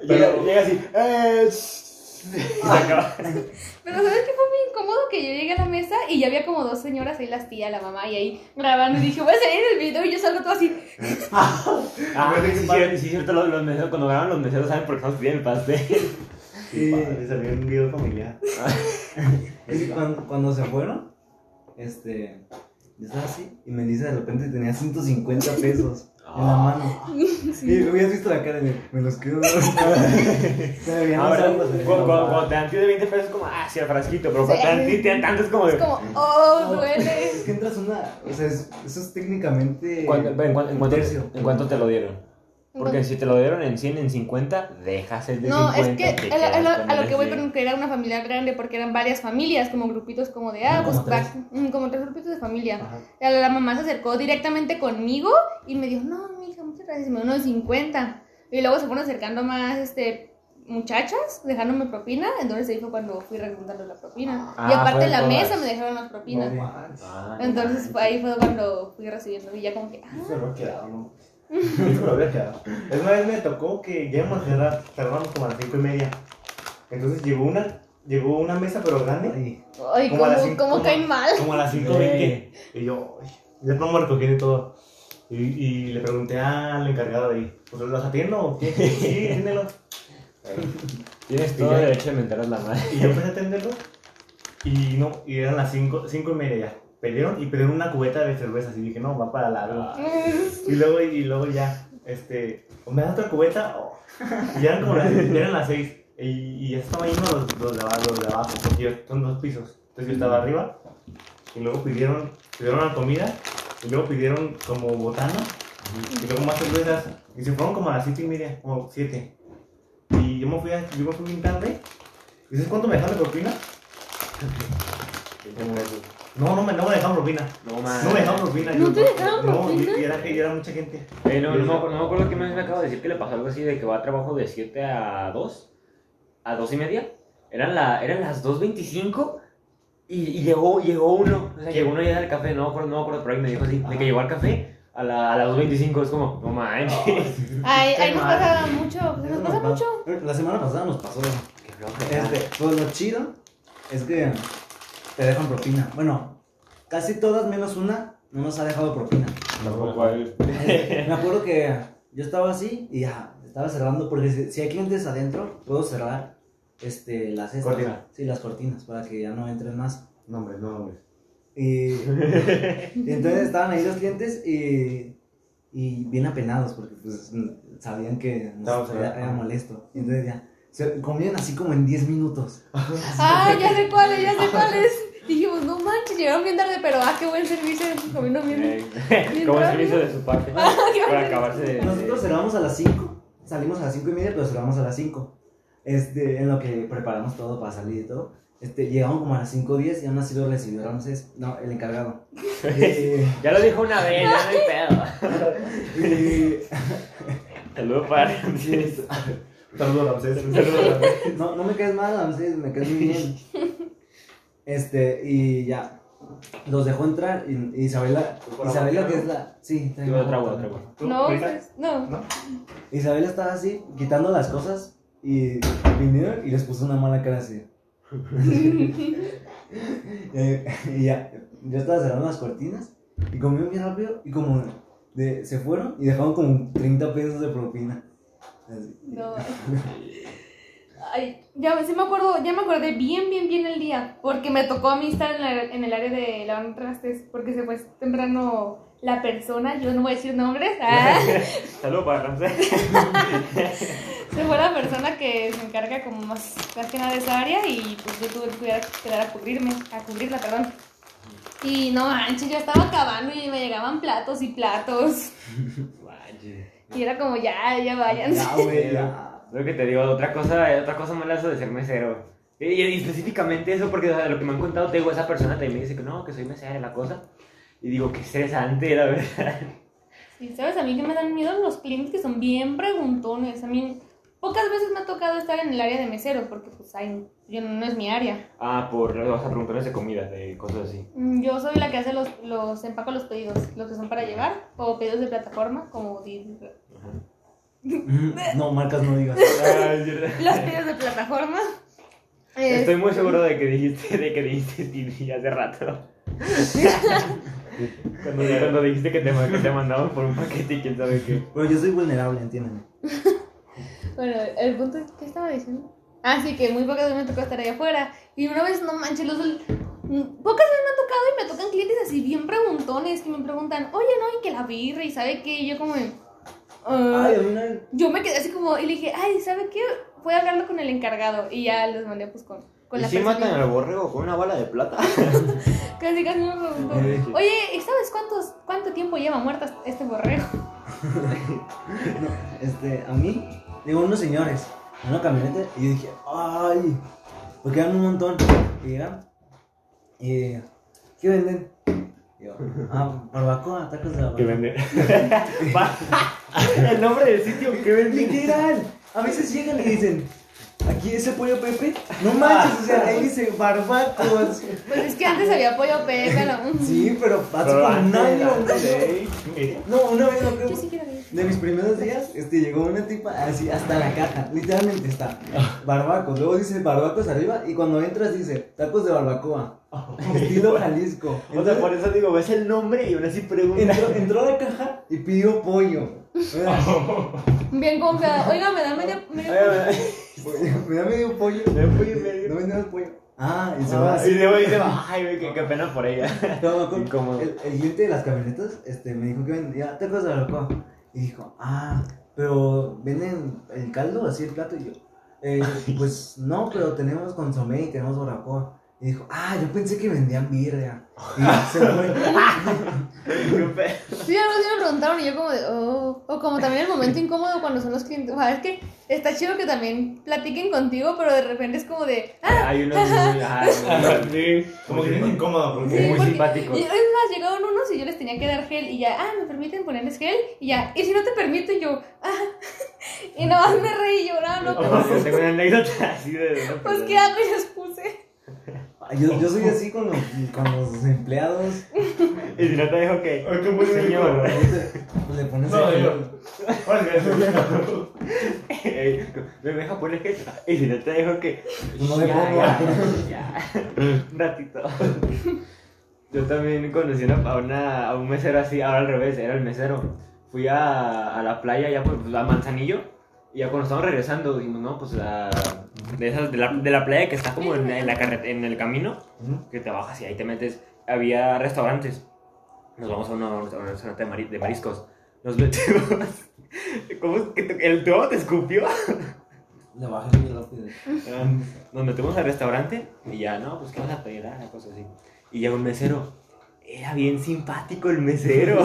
Llega, Pero- llega así, "Eh, shh", y se acaba. Pero ¿sabes qué fue muy incómodo? Que yo llegué a la mesa y ya había como dos señoras ahí, las tías, la mamá, y ahí grabando. Y dije, voy a salir en el video y yo salgo todo así. Ah, Pero sí, es sí, padre. sí, es cierto, los, los meseros, cuando graban los meseros saben por qué estamos pidiendo el pastel. Sí, padre, salió un video familiar. <laughs> Es que cuando, cuando se fueron, este. Yo estaba así y Melissa de repente tenía 150 pesos en la Ah. mano. Y hubieras visto la cara de me los <laughs> quedo. Se me veían los Ahora, ojos, cuando, así, cuando- papá. cuando te dan tío de 20 pesos es como, ah, sí, el frasquito, pero cuando Sí. te dan tío- te dan tanto es como... Es de- como, oh, Es duele. que entras una. O sea, es- eso es técnicamente. ¿Cuánto- en, cuan- en cuánto, Tercio. en cuánto te lo dieron? Porque si te lo dieron en 100, en 50, dejas el de No, 50. es que y te a, lo- a lo- quedas con a lo el que voy de con que era una familia grande, porque eran varias familias, como grupitos como de, ah, Como pues tres. va- mm, como tres grupitos de familia. Ajá. La, la mamá se acercó directamente conmigo y me dijo, no, mija, muchas gracias, y me dio unos 50. Y luego se fueron acercando más, este, muchachas dejándome propina, entonces ahí fue cuando fui rejuntando la propina. Ah, y aparte fueron en la todas. mesa me dejaron las propinas. No más. Ah, entonces fue- ahí fue cuando fui recibiendo y ya como que, ah, Se lo he quedado, ¿no? Se lo había quedado. Es una vez me tocó que ya hemos cerrado, cerramos como a las cinco y media. Entonces llegó una, llegó una mesa pero grande. Ay, ay, Como a las cómo, cinco- cómo como- caen mal. Como a las cinco veinte. Y yo, ay, ya estamos recogiendo todo. Y, y le pregunté al encargado de ahí, ¿pues los atiendo o qué? Sí, atiéndelos. Tienes Y todo ya. derecho de mentar a la madre. Y yo empecé a atenderlo. Y no, y eran las 5 cinco, cinco y media ya. Perdieron y perdieron una cubeta de cerveza. Y dije, no, va para largo. Ah. Y luego, y luego ya, este, o me das otra cubeta o. Y ya eran como las, ya eran las 6. Y, y ya estaba yendo los, los, de abajo, los de abajo, porque yo- son dos pisos. Entonces yo estaba arriba. Y luego pidieron, pidieron la comida. Y luego pidieron como botana. Y luego más cervezas. Y se fueron como a las 7 y media, o 7. Y yo me fui, a, yo me fui bien tarde. ¿Y sabes cuánto me dejaron de propina? No, no me, no me dejaron propina. No mames. No me dejaron propina. ¿No yo- te dejaron no, propina? y- y era, y era mucha gente. Eh, no, no, me acuerdo- no me acuerdo que me acabo de decir que le pasó algo así de que va a trabajo de 7 a 2, a 2 y media. Eran, la, eran las 2.25 y, y llegó, llegó uno. O sea, llegó uno ya del café, no me acuerdo, no me acuerdo, pero ahí me dijo así, de que llegó al café a, la, a las 2.25. Es como, no <laughs> manches. Ay, ahí nos mal. pasa mucho, Pues nos pasa mucho. La semana pasada nos pasó. Qué flojera. <laughs> Este, pues lo chido es que te dejan propina. Bueno, casi todas menos una no nos ha dejado propina. Tampoco a él. Este, me acuerdo que yo estaba así y ya, estaba cerrando porque si, si hay clientes adentro, puedo cerrar este, las estas. Cortina. Sí, las cortinas para que ya no entren más. No, hombre, no, hombre. Y, y entonces estaban ahí los clientes y, y bien apenados porque pues mm, sabían que nos Estábamos era, cerrando. era molesto. Y entonces ya, se comían así como en 10 minutos. Ay, Ah, ya sé cuáles, ya sé cuáles. Dijimos, no manches, llegaron bien tarde, pero ah, qué buen servicio, comiendo <laughs> bien. <laughs> Ah, Eh, Como rápido. servicio de su parte. Para acabarse de. Nosotros de- cerramos a las 5, salimos a las 5 y media, pero cerramos a las 5. Este, en lo que preparamos todo para salir y todo. Este, llegamos como a las 5.10 y aún así lo recibió Ramses, no, el <laughs> encargado. Eh, Ya lo dijo una vez, ya no hay pedo. eh, Saludos <laughs> para. Saludos a Ramsés. un saludo a Ramsés. no, no me caes mal, Ramses, me caes muy bien. Este, y ya, los dejó entrar y Isabela, Isabela que es la... Sí, Yo otra agua, otra agua. ¿Tú, <laughs> No, Luisa? pues, no. Isabela estaba así, quitando las cosas y vinieron y les puso una mala cara <laughs> así. Eh, <laughs> y ya, yo estaba cerrando las cortinas y comieron bien rápido y como de- se fueron y dejaron como 30 pesos de propina. Así. <laughs> No. Ay, ya sí me acuerdo, ya me acordé bien, bien, bien el día, porque me tocó a mí estar en, la- en el área de lavando trastes, porque se fue temprano la persona, yo no voy a decir nombres, ah, Saludos para Ramsés. se fue la persona que se encarga como más, más que nada de esa área y pues yo tuve que cuidar- quedar a cubrirme, a cubrirla, perdón. Y no manches, yo estaba acabando y me llegaban platos y platos, y era como ya, ya váyanse. Ya, güey, ya. Lo que te digo, otra cosa, otra cosa mala es eso de ser mesero. Y, y específicamente eso, porque o sea, lo que me han contado, te digo, esa persona también me dice que no, que soy mesera y la cosa. Y digo, qué estresante, la verdad. Sí, sabes, a mí que me dan miedo los clientes que son bien preguntones. A mí pocas veces me ha tocado estar en el área de mesero porque pues ay, yo no, no es mi área. Ah, por vas a preguntarles de comida, de cosas así. Mm, Yo soy la que hace los, los empaco los pedidos, los que son para llevar o pedidos de plataforma, como di- No, marcas no digas. Ah, es verdad. los pedidos de plataforma. Eh, Estoy muy seguro de que dijiste, de que dijiste Tini <laughs> hace rato. Cuando, cuando dijiste que te, que te mandaban por un paquete y quién sabe qué. Pero yo soy vulnerable, entiéndeme. Bueno, el punto es, ¿qué estaba diciendo? Ah, sí, que muy pocas veces me tocó estar allá afuera. Y una vez, no manches, los... mm, Pocas veces me han tocado y me tocan clientes así bien preguntones que me preguntan, oye, no, y que la birra y sabe qué, y yo como... de, "Ah". Ay, a mí una vez- yo me quedé así como, y le dije, ay, ¿sabe qué? Voy a hablarlo con el encargado. Y ya los mandé pues con, con ¿Y la si persona. matan al borrego con una bala de plata? Casi casi me preguntó, Eh, sí. oye, ¿y ¿sabes cuántos, cuánto tiempo lleva muerta este borrego? este, a mí, llegó unos señores en una camioneta y yo dije, ay, porque eran un montón. Y eran, eh, ¿qué venden? Y yo, ah, barbacoa, tacos de barbacoa. Que <laughs> vender. Va. El nombre del sitio que vendí. Literal, a veces llegan y dicen, Aquí ese pollo Pepe. No manches, o sea, ahí dice barbatos. Pues es que antes había <laughs> pollo Pepe, ¿no? Sí, pero hace Pero como un antes, año. antes, güey. ¿eh? No, una vez no creo. Yo sí quiero ir. De mis primeros días, este, llegó una tipa así hasta la caja, literalmente está. Barbacos, luego dice barbacos arriba y cuando entras dice tacos de barbacoa, estilo <laughs> Jalisco. O sea, Entonces, por eso digo, ves el nombre y aún así preguntas. entró, entró a la caja y pidió pollo. <laughs> Bien confiada. Oiga, me da media. media- Pollo, Me da medio pollo. Me fui y me dio- No me dio el pollo. Ah, y se va Ah, Y así. luego dice, ay, güey, qué, qué pena por ella. No, me acuerdo, <laughs> Incómodo. el, el cliente de las camionetas este, me dijo que vendía tacos de barbacoa. Y dijo, ah, pero venden el caldo, así el plato. Y yo, eh, pues no, pero tenemos consomé y tenemos barbacoa. Y dijo, ah, yo pensé que vendían birria. Y se fue. Qué pe- Sí, algo así me preguntaron y yo como de, oh. O como también el momento incómodo cuando son los clientes. O sea, es que está chido que también platiquen contigo, pero de repente es como de, ah, Hay unos muy. ay, Ah, <laughs> muy- Sí, como que es incómodo porque Sí, muy porque- simpáticos. Y es más, llegaron unos y yo les tenía que dar gel y ya, ah, me permiten ponerles gel y ya, y si no te permito y yo, ah, <laughs> y nada más me reí y lloraba, no, pues, Yo Tengo una anécdota así de. de una pues qué persona. hago y les puse. Yo, yo soy así con los, con los empleados. Y si no te dijo que. Ay, qué muy Señor. rico. pues, Le pones No, el- yo. Ay, gracias. Ey, eh, Me deja poner que. Y si no te dejo que. No me ya, pongo. ya, ya. Un <laughs> ratito. Yo también conocí una- a, una, a un mesero así, ahora al revés, era el mesero. Fui a, a la playa, ya por pues, a Manzanillo. Y ya cuando estábamos regresando, dijimos, no, pues la. De, esas, de, la, de la playa que está como en, en la carre- en el camino, Ujú. que te bajas y ahí te metes. Había restaurantes. Nos vamos a una- a un restaurante de, mari- de mariscos. Nos metimos. <laughs> ¿Cómo es que te- el tubo te escupió? Le bajé muy rápido. Ah, Nos metemos al restaurante y ya, no, pues qué vas a pedir, ah, cosas así. Y llega un mesero. Era bien simpático el <laughs> mesero.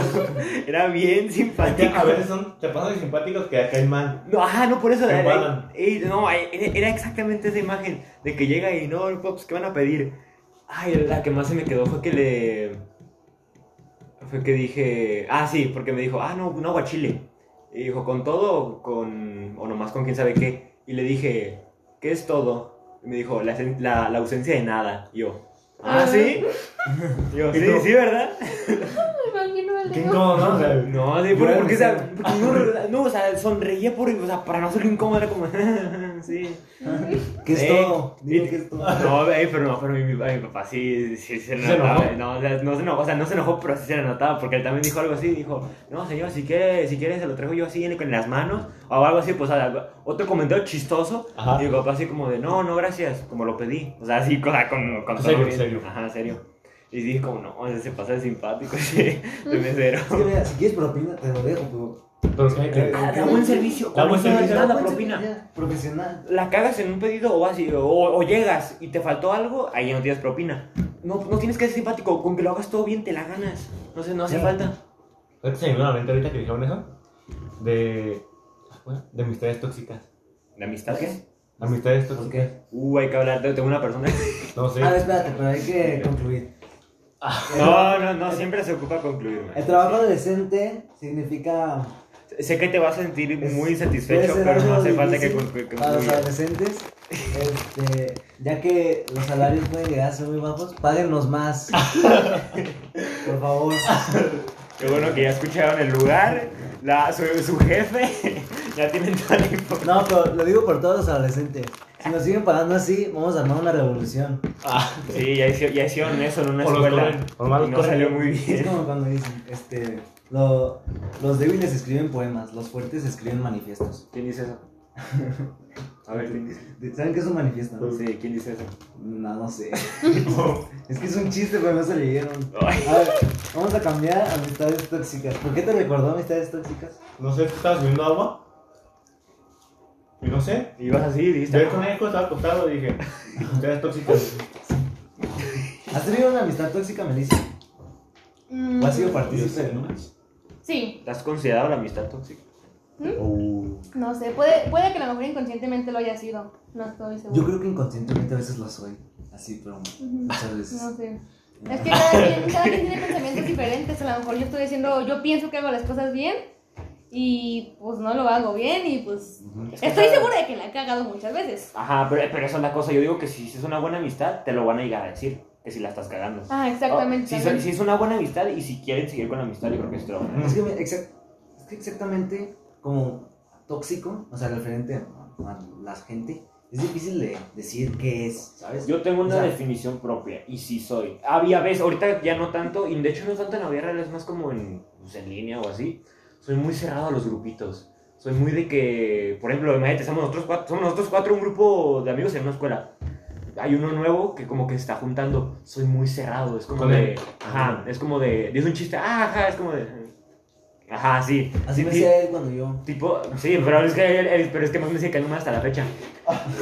Era bien Aquí simpático. A veces son, te pasan de simpáticos que caen mal. No, ajá, no, por eso. Te Era, embalan. ey, no, ay, era era exactamente esa imagen de que llega y no, pues, ¿qué van a pedir? Ay, la que más se me quedó fue que le. Fue que dije. Ah, sí, porque me dijo, ah, no, un aguachile. Y dijo, ¿con todo o con. o nomás con quién sabe qué? Y le dije, ¿qué es todo? Y me dijo, la, ausen- la- la ausencia de nada. Y yo, ¿ah, Ah. sí? Y yo, ¿Y sí, tú? sí, ¿verdad? Me imagino el Qué dedo. incómodo, ¿no? O sea, No, sí, Yo porque, era porque, mesero. o sea, porque no, no, o sea, sonreía por, o sea, para no ser incómodo, era como, <laughs> sí. ¿Qué es Sí. todo? Dime Y- qué es <laughs> todo. No, ey, pero no, pero mi, mi- mi papá sí, sí ¿Se se notaba. enojó? No, o sea, no se enojó, o sea, no se enojó, pero sí se le notaba, porque él también dijo algo así, dijo, no, señor, si quiere, si quiere se lo traigo yo así en, en las manos, o algo así, pues, o sea, otro comentario chistoso, Ajá. y mi papá así como de, no, no, gracias, como lo pedí, o sea, así, o sea, con, con Serio, bien. serio. Ajá, serio. Y dije como, no, o sea, se pasa de simpático, <laughs> sí, de mesero. Es que mira, si quieres propina, te lo dejo, pero. Pero sí, que- Ah, Da buen servicio, Da con buen eso no es servicio. nada, Buen propina. servicio, ya, Profesional. la cagas en un pedido o, así, o, o llegas y te faltó algo, ahí ya no tienes propina. No, no tienes que ser simpático, con que lo hagas todo bien te la ganas. No sé, no hace Sí. falta. ¿Sabes qué se me vino a la mente ahorita que dijeron eso? De. bueno, de amistades tóxicas. ¿La amistad qué? Amistades ¿Por tóxicas. qué? Uh, hay que hablar de, de una <laughs> persona. No sé. A ver, espérate, pero hay que concluir. Ah. No, no, no, siempre se ocupa concluir. man. El trabajo decente significa. Sé que te vas a sentir es- puede muy satisfecho, ser pero no algo hace falta que difícil Ah, conclu- que Para los concluyas. adolescentes, este, ya que los salarios pueden llegar a ser muy bajos, páguenos más. <laughs> Por favor. Qué bueno que ya escucharon el lugar, la, su, su jefe, <laughs> ya tienen toda la información. No, pero lo digo por todos los adolescentes. Si nos siguen pagando así, vamos a armar una revolución. Sí, ya, hici- ya hicieron eso en una O los escuela. corren, o nomás y los no corren. salió muy Es bien. como cuando dicen, este, lo- los débiles escriben poemas, los fuertes escriben manifiestos. ¿Quién dice eso? <laughs> A ver, ¿quién dice? ¿Saben qué es un manifiesto? no? Sí, ¿quién dice eso? No, no <laughs> sé. es que es un chiste, pero no se leyeron. A ver, vamos a cambiar a amistades tóxicas. ¿Por qué te recordó amistades tóxicas? No sé, estaba subiendo agua. Y no sé. Ibas así, Yo dijiste. el conejo estaba acostado y dije, amistades tóxicas. ¿Has tenido una amistad tóxica, Melissa? Mm, ¿O has sido Y yo partícipe sé, de ¿no? una? Sí, ¿Te has considerado la amistad tóxica? no sé, puede, puede que a lo mejor inconscientemente lo haya sido, no estoy seguro. Yo creo que inconscientemente a veces lo soy. Así, pero muchas veces. No sé. Es que cada quien, cada quien tiene pensamientos diferentes. A lo mejor yo estoy diciendo, yo pienso que hago las cosas bien y pues no lo hago bien y pues Ujú. que estoy está- segura de que la he cagado muchas veces. Ajá, pero, pero esa es la cosa. Yo digo que si es una buena amistad, te lo van a llegar a decir. Que si la estás cagando. Ah, Oh, exactamente. si, también. si es una buena amistad y si quieren seguir con la amistad, yo creo que sí te lo van a decir. Es que, me- exact- es que exactamente como tóxico, o sea, referente a, a la gente, es difícil de decir qué es, ¿sabes? Yo tengo una O sea, definición propia y sí soy. Había veces, ahorita ya no tanto, y de hecho no tanto en la vida real, es más como en, pues, en línea o así. Soy muy cerrado a los grupitos. Soy muy de que, por ejemplo, imagínate, somos nosotros cuatro, somos nosotros cuatro un grupo de amigos en una escuela. Hay uno nuevo que como que se está juntando. Soy muy cerrado, es como Con de, él. ajá, es como de, es un chiste, ah, ajá, es como de, ajá, sí. así Sí, me sí. decía él cuando yo... Tipo, sí, pero es que, él- él- pero es que más me dice que más hasta la <laughs> fecha.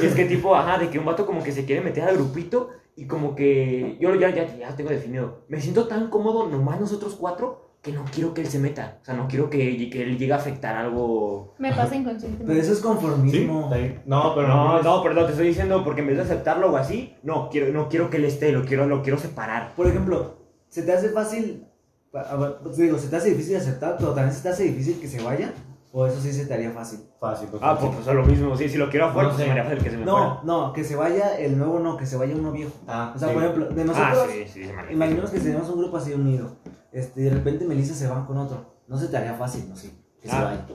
Es que tipo, ajá, de que un vato como que se quiere meter al grupito y como que yo ya, ya, ya tengo definido. Me siento tan cómodo nomás nosotros cuatro que no quiero que él se meta. O sea, no quiero que, que él llegue a afectar algo. Me pasa Pero inconscientemente. eso es Sí, conformismo. está bien. No, pero No, es- no, perdón, te estoy diciendo porque en vez de aceptarlo o así, no, quiero, no quiero que él esté, lo quiero, lo quiero separar. Por ejemplo, se te hace fácil, pa- a ver, te digo, se te hace difícil aceptar, pero también se te hace difícil que se vaya, o eso sí se te haría fácil. Fácil, pues, Ah, fácil. pues, pues es lo mismo, sí, si lo quiero afuera, No pues sé. me haría fácil que se me fuera. No, no, que se vaya el nuevo, no, que se vaya uno viejo. Ah, O sea, sí. por ejemplo, de Ah, nosotros, sí, sí, se me haría imaginemos que tenemos un grupo así unido, este, y de repente Melissa se va con otro, no se te haría fácil, no sí, que se Ah. vaya.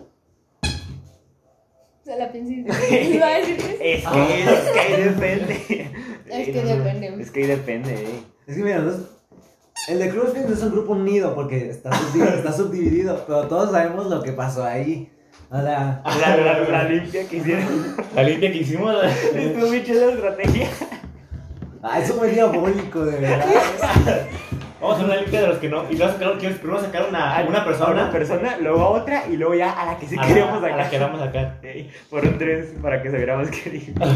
Se <laughs> la pensé. Iba a decir que sí. Es Ah. que, es que ahí depende. Es que depende. Es que ahí depende, eh. Es que mira, los- el de Club Spin es un grupo unido porque está, <laughs> subdi- está subdividido, pero todos sabemos lo que pasó ahí. O sea, Ah. La, la, la limpia que hicieron. <laughs> La limpia que hicimos. <laughs> la- Estuvo bien chida la estrategia. ah, es un buen diabólico, de verdad. <laughs> Vamos a hacer una limpia de los que no. Y luego sacaron, ¿quieres primero sacar una, una A Ah, persona? una persona, luego a otra y luego ya a la que sí a la- queríamos a la sacar. que vamos a sacar. Ey, Fueron tres para que se viera más <laughs> querido. No.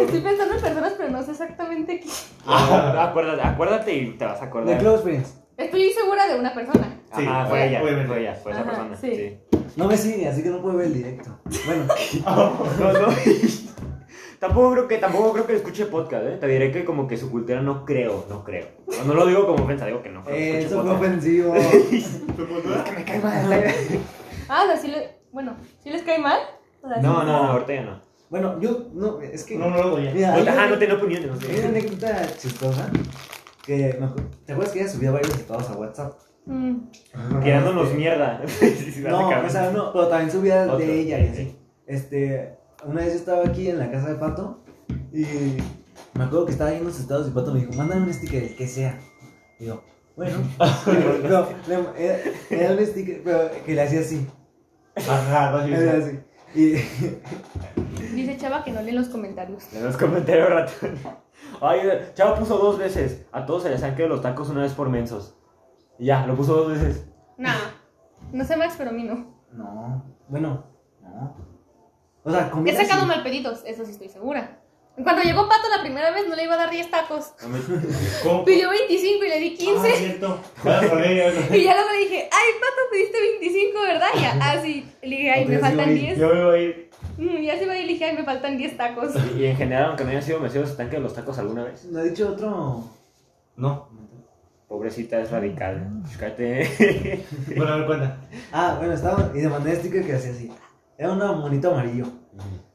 Estoy pensando en personas, pero no sé exactamente quién. Ah, acuérdate, acuérdate y te vas a De acordar. Club Spin. Estoy segura de una persona. Sí, Ajá, fue ella, obviamente. fue ella, fue esa Ajá, persona. sí. sí. No me sigue, así que no puedo ver el directo. Bueno, <laughs> No, <laughs> no. tampoco creo que tampoco creo que escuche podcast, ¿eh? Te diré que como que su cultura no creo, no creo. No, no lo digo como ofensa, digo que no creo que eh, escuche eso fue <laughs> podcast. ofensivo. Me cae mal. Ah, o sea, sí le... Bueno, ¿sí les cae mal? O sea, No, sí. no, no, ahorita ya no. Bueno, yo, no, es que. No, no lo doy. Mira, hay una- Ahorita, ajá, ah, no tenía opinión, no hay una sé. anécdota chistosa. Que me acu- ¿Te acuerdas que ella subía varios estados a WhatsApp? Mm. <laughs> Tirándonos mierda. <laughs> Sí, sí, este. No, o básicamente. sea, no, pero también subía el Otro. de ella y así. Este, una vez yo estaba aquí en la casa de Pato y me acuerdo que estaba ahí en los estados y Pato me dijo, mándame un sticker, el que sea. Y yo, <laughs> bueno. no, le- era, era un sticker, pero que le hacía así. Ajá, no, sí, Le hacía sí. así. Y <laughs> Dice Chava que no lee los comentarios. En los comentarios ratón. <laughs> Ay, Chava puso dos veces. A todos se les han quedado los tacos una vez por mensos. Y ya, lo puso dos veces. No. No sé Max, pero a mí no. No, bueno, no. O sea, comida. He sacado sí. mal pedidos, eso sí estoy segura. Cuando llegó Pato la primera vez no le iba a dar 10 tacos. No me- <laughs> ¿Cómo? Pidió 25 y le di 15. Ah, cierto. Ya lo acordé, ya lo acordé. Y ya luego le dije, ay, Pato, pediste 25, ¿verdad? Y ya, ah, sí. Le dije, ay, me Entonces, faltan yo- 10. Yo me voy Mm, Y así va y le dije, ay, me faltan 10 tacos. Y en general, aunque no hayan sido mensos, ¿se te han quedado los tacos alguna vez? ¿No ha dicho otro? No. Pobrecita, es radical. <laughs> Fíjate. Bueno, a ver, cuenta. Ah, bueno, estaba. Y demandé sticker que hacía así. Era un monito amarillo.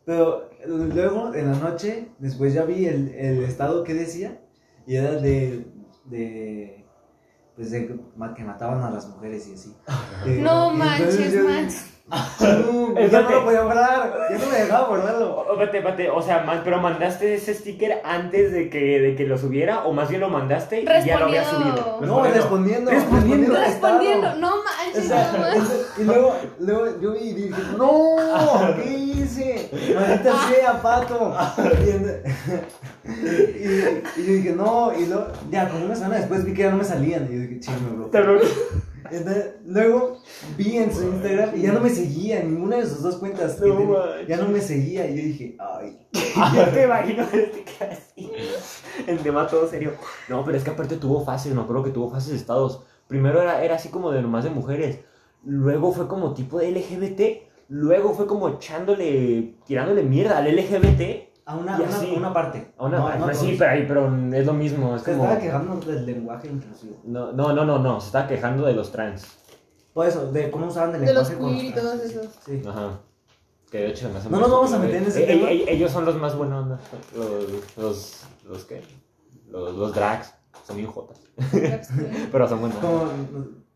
Pero eh, luego, en la noche, después ya vi el, el estado que decía. Y era de. de pues de ma- que mataban a las mujeres y <laughs> así. Eh, No y entonces manches, yo- Max. <laughs> No, ya no lo podía borrar. Ya no me dejaba borrarlo. O- Espérate, espérate, o sea, man- pero mandaste ese sticker antes de que, de que lo subiera, o más bien lo mandaste y ya lo había subido. Respondió. No, respondiendo. Respondiendo. al estado. Respondiendo, no O manches, sea, <laughs> no manches. y luego, luego yo vi y dije, no, ¿qué hice? Maldita sea, pato. Y, en- <laughs> y- y yo dije, no, y luego, ya, como una semana después vi que ya no me salían. Y yo dije, chingo, bro. Te <laughs> bloqueó. Entonces, luego vi en su Instagram y ya no me seguía, en ninguna de sus dos cuentas. que No tenía, manches. ya no me seguía. Y yo dije, ay. Yo te imagino este que así. El tema todo serio. No, pero es que aparte tuvo fases, me acuerdo que tuvo fases de estados. Primero era, era así como de nomás de mujeres. Luego fue como tipo de LGBT. Luego fue como echándole, tirándole mierda al LGBT. A una, Y una, así. una parte. A una, No, no, sí, todos. pero, ahí- pero es lo mismo. Es Se como, estaba quejando del lenguaje inclusivo. no, no, no, no, no. Se está quejando de los trans. Por eso, de cómo usaban el De los lenguaje con queer y todos frases, esos. Sí. Ajá. Que de hecho, más o No menos- nos vamos a meter en ese Eh, tema. eh, eh, ellos son los más buenos, Los, los, los que. Los, los drags. Son bien jotas. Pero son buenos. Como,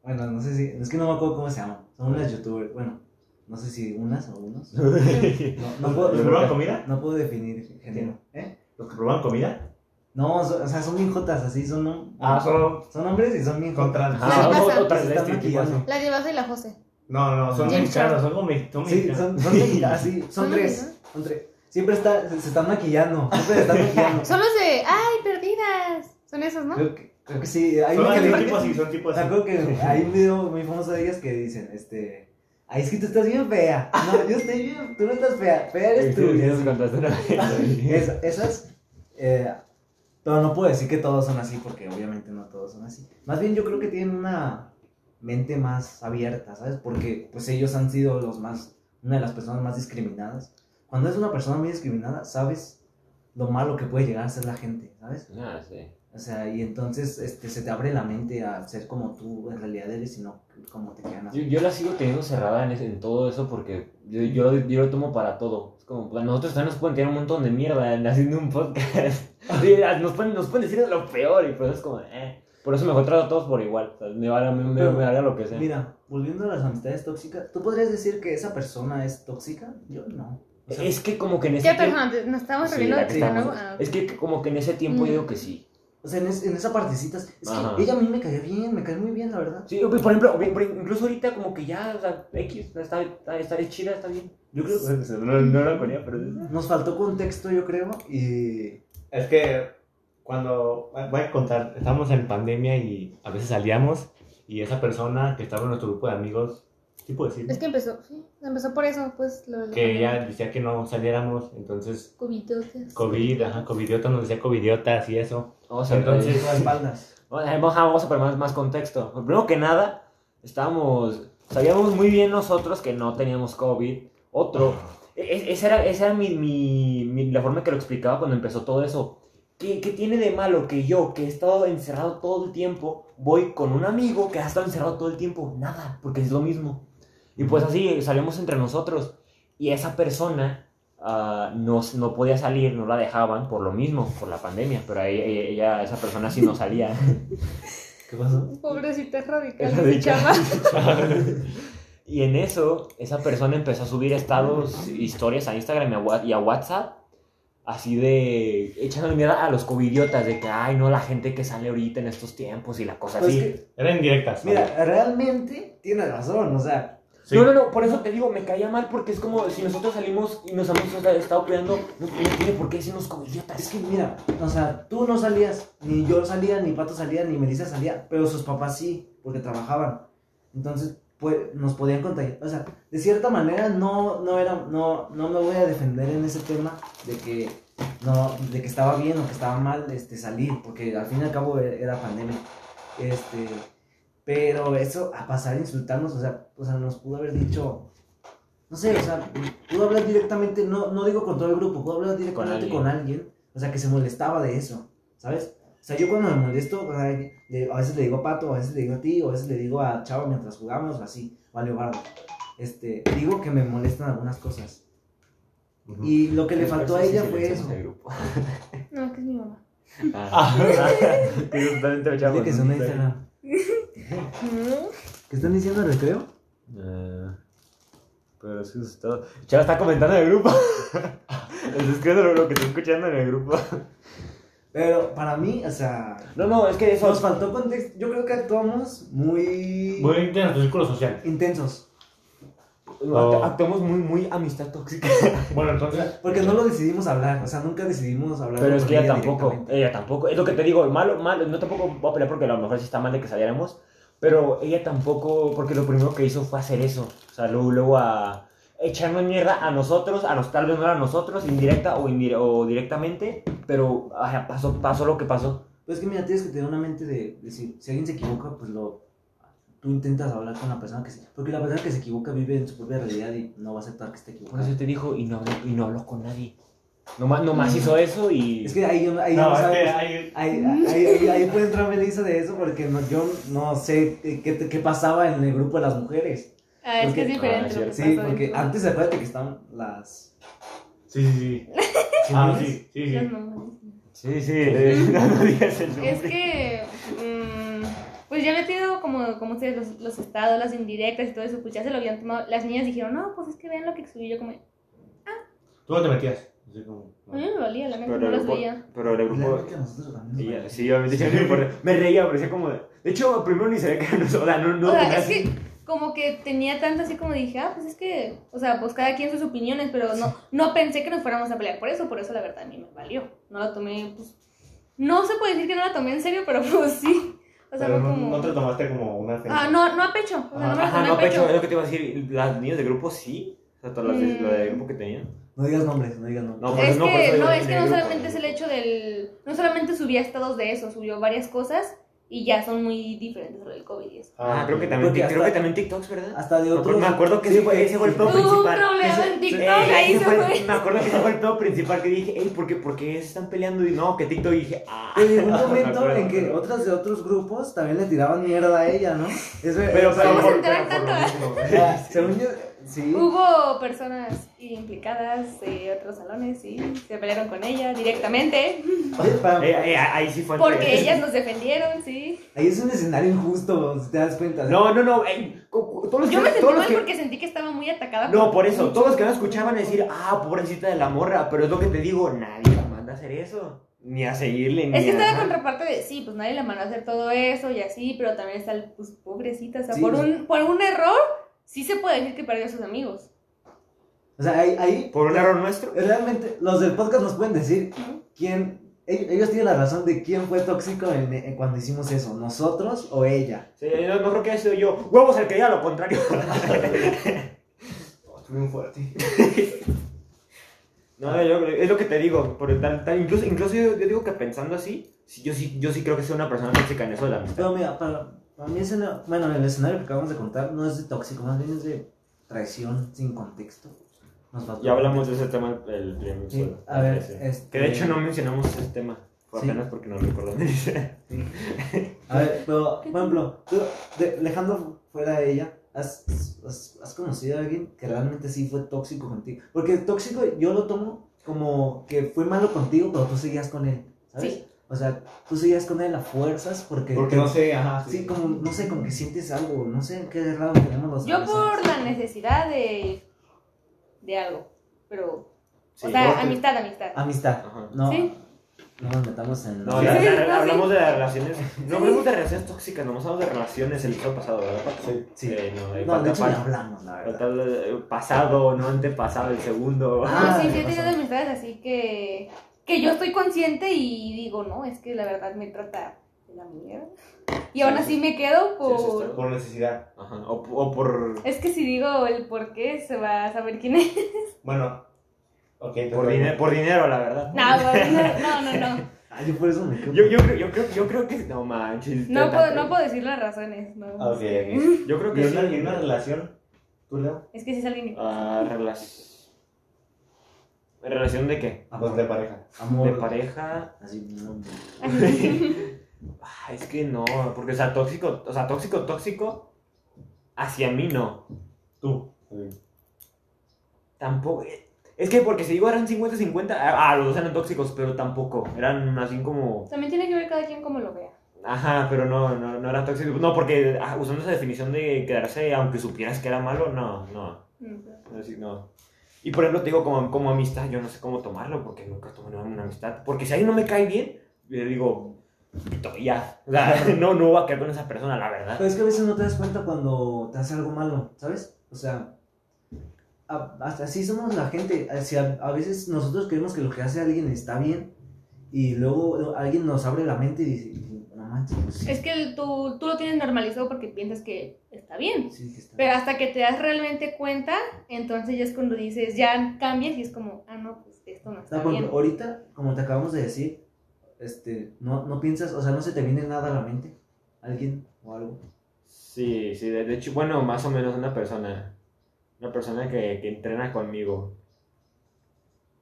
bueno, no sé si, es que no me acuerdo cómo se llaman. Son unas youtubers, bueno, no sé si unas o <laughs> unos. No, no puedo, ¿Los que probaban comida? no puedo definir género. ¿Eh? ¿Los que probaban comida? No, so- o sea, son bien jotas, así son. hom- Ah, solo Son hombres y son bien con jotas. trans. <laughs> <laughs> Ajá, o- Sí, pasa. o este travesti, Están este tipo así. maquillando. La llevas y la José. No, no, son James mexicanos, son como me- son Sí, mexicanos. son, son mexicanas, sí, son Son tres. mexicanas. Son tres. Siempre está, se, se están maquillando. Siempre <laughs> se están maquillando. Son los de. ¡Ay, perdidas! Son esos, ¿no? Creo que, creo que sí. Hay Son una que así, le- son tipo así, son tipo Me así. acuerdo que hay un video muy famoso de ellas que dicen, este, ay, es que tú estás bien fea. No, yo estoy bien, tú no estás fea, fea eres tú. Sí, eso contaste una vez. Es- esas, eh, pero no puedo decir que todos son así, porque obviamente no todos son así. Más bien yo creo que tienen una mente más abierta, ¿sabes? Porque pues ellos han sido los más, una de las personas más discriminadas. Cuando es una persona muy discriminada, sabes lo malo que puede llegar a ser la gente, ¿sabes? Ah, sí. O sea, y entonces este, se te abre la mente a ser como tú en realidad eres y no como te quedan. Yo, yo la sigo teniendo cerrada en, ese- en todo eso porque yo, yo, yo lo tomo para todo. Es como, pues, a nosotros también nos pueden tirar un montón de mierda en- haciendo un podcast. <laughs> Sí, nos, pueden, nos pueden decir lo peor y por eso es como, eh. Por eso mejor trato a todos por igual. O sea, me vale, me, me- me vale lo que sea. Mira, volviendo a las amistades tóxicas, ¿tú podrías decir que esa persona es tóxica? Yo no. O sea, es que como que en ese ¿Qué tiempo... persona? ¿Nos estamos Sí, reuniendo la que de estamos- nuevo? Ah, ok. Es que como que en ese tiempo Mm. yo digo que sí. o sea, en, es- en esa partecitas. Es Ajá. que ella a mí me caía bien, me cae muy bien, la verdad. Sí, o- por ejemplo, o- por- incluso ahorita como que ya, o sea, X, está, está, está es chida, está bien. Yo creo que no, no lo ponía, pero... Nos faltó contexto, yo creo, y... Es que cuando, voy a contar, estábamos en pandemia y a veces salíamos y esa persona que estaba en nuestro grupo de amigos, ¿sí puedo decir? Es que empezó. sí, empezó por eso, pues. Lo, lo- Que ella decía que no saliéramos, entonces Cubitotes. COVID, ajá, COVIDiotas nos decía COVIDiotas y eso. Vamos a Entonces, Las espaldas. Bueno, Vamos a, vamos a poner más, más contexto. Primero que nada, estábamos, sabíamos muy bien nosotros que no teníamos COVID. Otro, e- esa era, esa era mi, mi- mi- la forma que lo explicaba cuando empezó todo eso. ¿Qué, qué tiene de malo que yo, que he estado encerrado todo el tiempo, voy con un amigo que ha estado encerrado todo el tiempo? Nada, porque es lo mismo. Y pues así salimos entre nosotros. Y esa persona ah, no, no podía salir, no la dejaban por lo mismo, por la pandemia. Pero ahí, ella, esa persona sí no salía. ¿Qué pasó? Pobrecitas Esa radicales de de chava. Y en eso, esa persona empezó a subir estados, historias a Instagram y a Wha- y a WhatsApp, así de echándole mierda a los covidiotas, de que, ay, no, la gente que sale ahorita en estos tiempos y la cosa Pues así. que, Eran indirectas. mira, realmente tiene razón, o sea... Sí. No, no, no, por eso te digo, me caía mal porque es como si nosotros salimos y nos hemos estado cuidando, no, no tiene por qué decirnos covidiotas. Es que mira, o sea, tú no salías, ni yo salía, ni Pato salía, ni Melissa salía, pero sus papás sí, porque trabajaban. Entonces, pues, nos podían contagiar. O sea, de cierta manera no, no era, no, no me voy a defender en ese tema de que no, de que estaba bien o que estaba mal este salir, porque al fin y al cabo e- era pandemia. Este, pero eso a pasar a insultarnos, o sea, o sea, nos pudo haber dicho no sé, o sea, pudo hablar directamente, no, no digo con todo el grupo, pudo hablar directamente alguien. con alguien, o sea, que se molestaba de eso, ¿sabes? O sea, yo cuando me molesto, o sea, le- a veces le digo a Pato, a veces le digo a ti, o a veces le digo a Chava mientras jugamos, o así, o a Leobardo. Este, digo que me molestan algunas cosas. Ujú. Y lo que le faltó a ella fue eso. No, que es mi mamá. Ah, que ellos también te echaban Dile que son de un mensaje. Instagram. Mm. ¿Qué están diciendo al recreo? Eh, pero sí, eso es todo. Chava está comentando en el grupo. <laughs> Está escribiendo lo que está escuchando en el grupo. Pero para mí, o sea, No, no, es que eso. nos faltó contexto. Yo creo que actuamos muy, Muy de nuestro círculo social. intensos. act- Actuamos muy, muy amistad tóxica. Bueno, entonces, Porque no lo decidimos hablar, o sea, nunca decidimos hablar. Pero es con que ella tampoco. directamente. Ella tampoco. Es lo que te digo, malo, malo. No tampoco voy a pelear porque a lo mejor sí está mal de que saliéramos. Pero ella tampoco, porque lo primero que hizo fue hacer eso. O sea, luego, luego a echarnos mierda a nosotros, a los tal vez no a nosotros, indirecta o, indire- o directamente. Pero ajá, pasó, pasó lo que pasó. Pues es que mira, tienes que tener una mente de decir, si alguien se equivoca, pues lo. Tú intentas hablar con la persona que se. Porque la persona que se equivoca vive en su propia realidad y no va a aceptar que esté Por equivocada. eso te dijo, y no hablo, y no hablo con nadie. Nomás, nomás hizo eso y. Mm. Es que ahí yo ahí No, no es sabemos- que hay- Ahí, ahí, ahí, ahí puede entrar Melissa de eso porque no- yo no sé eh, qué, qué- qué pasaba en el grupo de las mujeres. Ah, es que es Porque- diferente. Ah, lo que Sí, pasó porque en- antes acuérdate que estaban las... Sí, sí, sí. Ah, ¿Sí? sí, sí, Las sí. mamás. Sí, sí. eh, <laughs> no, no digas el nombre. Es que, mm, pues ya metido como, como ustedes, los, los estados, las indirectas y todo eso, pues ya se lo habían tomado. Las niñas dijeron, no, pues es que vean lo que subí yo, como, a Tú no te metías. Así como- mí me dolía, la neta, Pero "Mm, no el las grupo. veía. Pero el La grupo. verdad que nosotros también y nos ya- Sí, yo me decía, por- me reía, pero decía como. De de hecho, primero ni sabía que era nosotros. O sea, no, no. o sea, tenía- es que como que tenía tanto así como dije, ah, pues es que, o sea, pues cada quien sus opiniones, pero no, no pensé que nos fuéramos a pelear por eso, por eso la verdad a mí me valió. No la tomé, pues, no se puede decir que no la tomé en serio, pero <laughs> pues sí. O sea, Pero fue no, como... no te tomaste como una Ah, no, no a pecho. O sea, no me la Ajá, tomé no, a pecho. pecho. eh, Es lo que te iba a decir. Las niñas del grupo sí. O sea, todas las de- Mm. la del grupo que tenían. No digas nombres, no digas nombres. No, por Es eso- por que eso no, yo es que tenía no grupo. solamente es el hecho del. No solamente subía estados de eso, subió varias cosas y ya son muy diferentes lo del COVID y eso. Ah, creo que ok. también. Porque Creo que hasta- también TikToks, ¿verdad? Hasta de Me otros... acuerdo, <laughs> me acuerdo que Sí, ese fue, que- ese fue el sí. pedo Tuvo un principal. problema Ese- en TikTok, eh, ahí ese se fue. Me acuerdo que ese fue el pedo principal que dije, ey, ¿por qué, por qué se están peleando? Y no, que TikTok. Y dije, ah. Que llegó un <laughs> Me momento acuerdo, en me que acuerdo. otras de otros grupos también le tiraban mierda a ella, ¿no? Es ver- Pero, pero, Vamos a por- entrar pero por tanto. lo mismo. <laughs> o sea, <laughs> según yo, sí. Hubo personas implicadas de otros salones y se pelearon con ella directamente Para- Eh, eh, ahí sí fue. porque ellas nos defendieron, sí. Ahí es un escenario injusto, si te das cuenta. No, no, no. ey, cu- cu- todos los Yo que- me sentí todos los mal que- porque sentí que estaba muy atacada. No, por eso. Todos los que no escuchaban decir, ah, pobrecita de la morra. Pero es lo que te digo, nadie la manda a hacer eso. Ni a seguirle, ni Es que a- está la contraparte de sí, pues nadie le mandó a hacer todo eso y así, pero también está el pues pobrecita, o sea, Sí, por o sea- un, por un error, sí se puede decir que perdió a sus amigos. O sea, ahí, ahí Por un error nuestro. realmente los del podcast nos pueden decir quién. Ellos, ellos tienen la razón de quién fue tóxico en- en cuando hicimos eso, nosotros o ella. Sí, no, no creo que haya sido yo. Huevos al que diga lo contrario. <laughs> Estuve un fuerte. No, yo, es lo que te digo. Por tan- tan- incluso incluso yo, yo digo que pensando así, sí, yo, sí, yo sí creo que soy una persona tóxica en eso de la <laughs> amistad. Pero mira, para, para mí ese no- bueno, el escenario que acabamos de contar no es de tóxico, más bien es de traición sin contexto. Nos faltó Ya hablamos de ese tema el primer Sí, episodio. a ver, Sí. este- Que de hecho no mencionamos ese tema. Fue Sí. apenas porque no recordamos. <laughs> A ver, pero, por ejemplo, tú, de- dejando fuera de ella, ¿has, has, has conocido a alguien que realmente sí fue tóxico contigo? Porque tóxico yo lo tomo como que fue malo contigo, pero tú seguías con él, ¿sabes? Sí. O sea, tú seguías con él a fuerzas porque... Porque no sé, ajá. Sí, como, no sé, como que sientes algo, no sé, qué raro tenemos los... Yo por adolescentes. la necesidad de, de algo, pero, Sí, o sea, porque- amistad, amistad. Amistad. Ajá. No, Sí. no nos metamos en... No, Sí, la- sí, la- no, sí. hablamos de relaciones. No hablamos de relaciones tóxicas, nomás hablamos de relaciones el episodio pasado, ¿verdad? Paco? Sí. Sí. Eh, no, eh, No, de falta- hecho ni falta- hablamos, la verdad. falta el, eh, pasado, no antepasado, el segundo. Ah, no, sí, me sí he tenido pasó. amistades así que, que yo estoy consciente y digo, no, es que la verdad me trata de la mierda. Y aún Sí, así sí. me quedo Sí, sí, por... está- Por necesidad. Ajá, O, o por, Es que si digo el por qué, se va a saber quién es. Bueno. Ok, entonces- por, diner- por dinero, la verdad. No, no, no, no. Ah, yo por eso me quedo... Yo, yo, creo- yo, creo, yo creo que. No manches. No te- puedo, te- no puedo decir las razones. No. Ah, ok, ok. Yo creo ¿Y que sí. una, y una relación? ¿Tú, Leo? <laughs> Es que si es alguien. Ah, relación. ¿Relación pues, de qué? Los Pues de pareja. Amor. De pareja. Así, no, Ah, es que no, porque, o sea, tóxico, o sea, tóxico, tóxico. Hacia mí no. Tú. Tampoco. Es que porque si digo eran 50-50. Ah, ah, los dos eran tóxicos, pero tampoco. Eran así como. También tiene que ver cada quien como lo vea. Ajá, pero no, no, no era tóxico. No, porque ah, usando esa definición de quedarse aunque supieras que era malo, no, no. Mm, pero- no, sí, no. Y por ejemplo, te digo, como, como amistad, yo no sé cómo tomarlo, porque nunca tomé una amistad. Porque si alguien no me cae bien, le digo, "Pito, ya. O sea, <laughs> no, no voy a quedar con esa persona, la verdad. Pero es que a veces no te das cuenta cuando te hace algo malo, ¿sabes? O sea, a- hasta así somos la gente. O sea, a veces nosotros creemos que lo que hace alguien está bien y luego alguien nos abre la mente y dice, no manches, pues sí, Es que el- tú, tú lo tienes normalizado porque piensas que está bien. sí que está Pero hasta que te das realmente cuenta, entonces ya es cuando dices, ya cambias y es como, ah, no, pues esto O no sea, está por ejemplo, bien. ahorita, como te acabamos de decir, este, no, no piensas, o sea, no se te viene nada a la mente, alguien o algo. Sí, sí, de, de hecho, bueno, más o menos una persona. Una persona que, que entrena conmigo.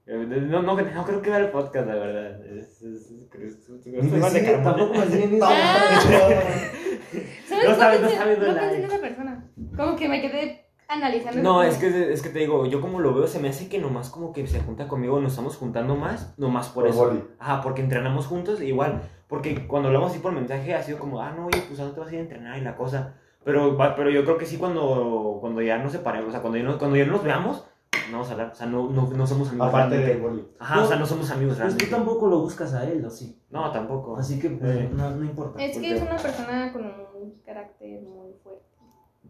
Eh, No, no, no creo que vea el podcast, la verdad. Es, es, es, es, Ni me sigue, tampoco me sigue Pues en Ah. Instagram. ¿Sabes No está- no qué no está pensé, viendo no el pensé en live. esa persona? Como que me quedé analizando. No, es que, es que te digo, yo como lo veo, se me hace que nomás como que se junta conmigo, nos estamos juntando más, nomás por, Por eso. boli. Ajá, porque entrenamos juntos, e igual. Porque cuando hablamos así por mensaje ha sido como, ah, no, oye, pues ahora te vas a ir a entrenar y la cosa. Pero, va- pero yo creo que sí cuando, cuando ya nos separemos, o sea, cuando ya nos, cuando ya nos veamos, no vamos a hablar, o sea, no, no, no somos amigos Aparte de realmente. boli. Ajá, o sea, no somos amigos Pues tú realmente. tampoco lo buscas a él, ¿o sí? No, tampoco. Así que pues, Eh. no, no importa. Es que es una persona con un carácter muy fuerte.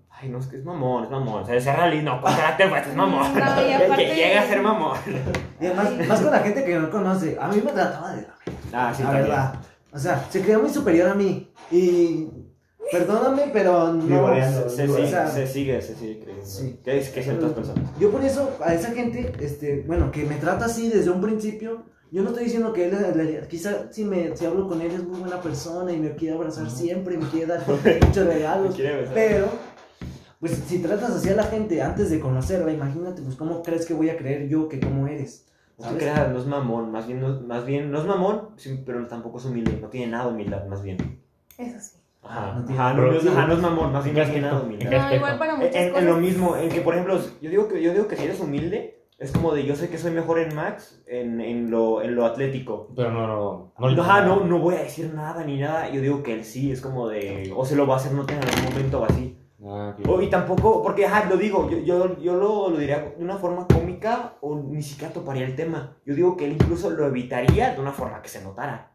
Ay, no, es que es mamón, es mamón. O sea, ese rally, no, con carácter, pues es mamón. Mm, No, <laughs> y El que aparte- llega a ser mamón. Y además, más con la gente que no conoce. A mí me trataba de la Ah, sí, la también. verdad. O sea, se creía muy superior a mí. Y. Perdóname, pero no. Vivoreando. Se, o sigue, sea, se sigue, se sigue creyendo. Sí. Que es que ciertas personas. Yo por eso, a esa gente, este, bueno, que me trata así desde un principio, yo no estoy diciendo que él, le- quizá si, me, si hablo con él es muy buena persona y me quiere abrazar siempre y me quiere dar muchos regalos, Me quiere besar. pero, pues si tratas así a la gente antes de conocerla, imagínate, pues cómo crees que voy a creer yo que cómo eres. No ¿sabes? creas, no es mamón, más bien no, más bien, no es mamón, sí, pero tampoco es humilde, no tiene nada de humildad, más bien. Eso sí. Ajá, No tiene- ajá, no, pero es- sí. ajá, no es mamón, más bien no tiene nada de ¿En humildad. qué No, aspecto? igual para En- muchas en, cosas. en Eh, lo mismo, en que por ejemplo, yo digo que, yo digo que si eres humilde, es como de yo sé que soy mejor en Max, en, en, lo, en lo atlético. Pero no, no. No, ajá, Ah, no, no voy a decir nada ni nada, yo digo que él sí, es como de, o se lo va a hacer no en algún momento o así. Ah, ok. O- y tampoco, porque ajá, lo digo, yo, yo, yo lo, lo diría de una forma cómica o ni siquiera toparía el tema. Yo digo que él incluso lo evitaría de una forma que se notara.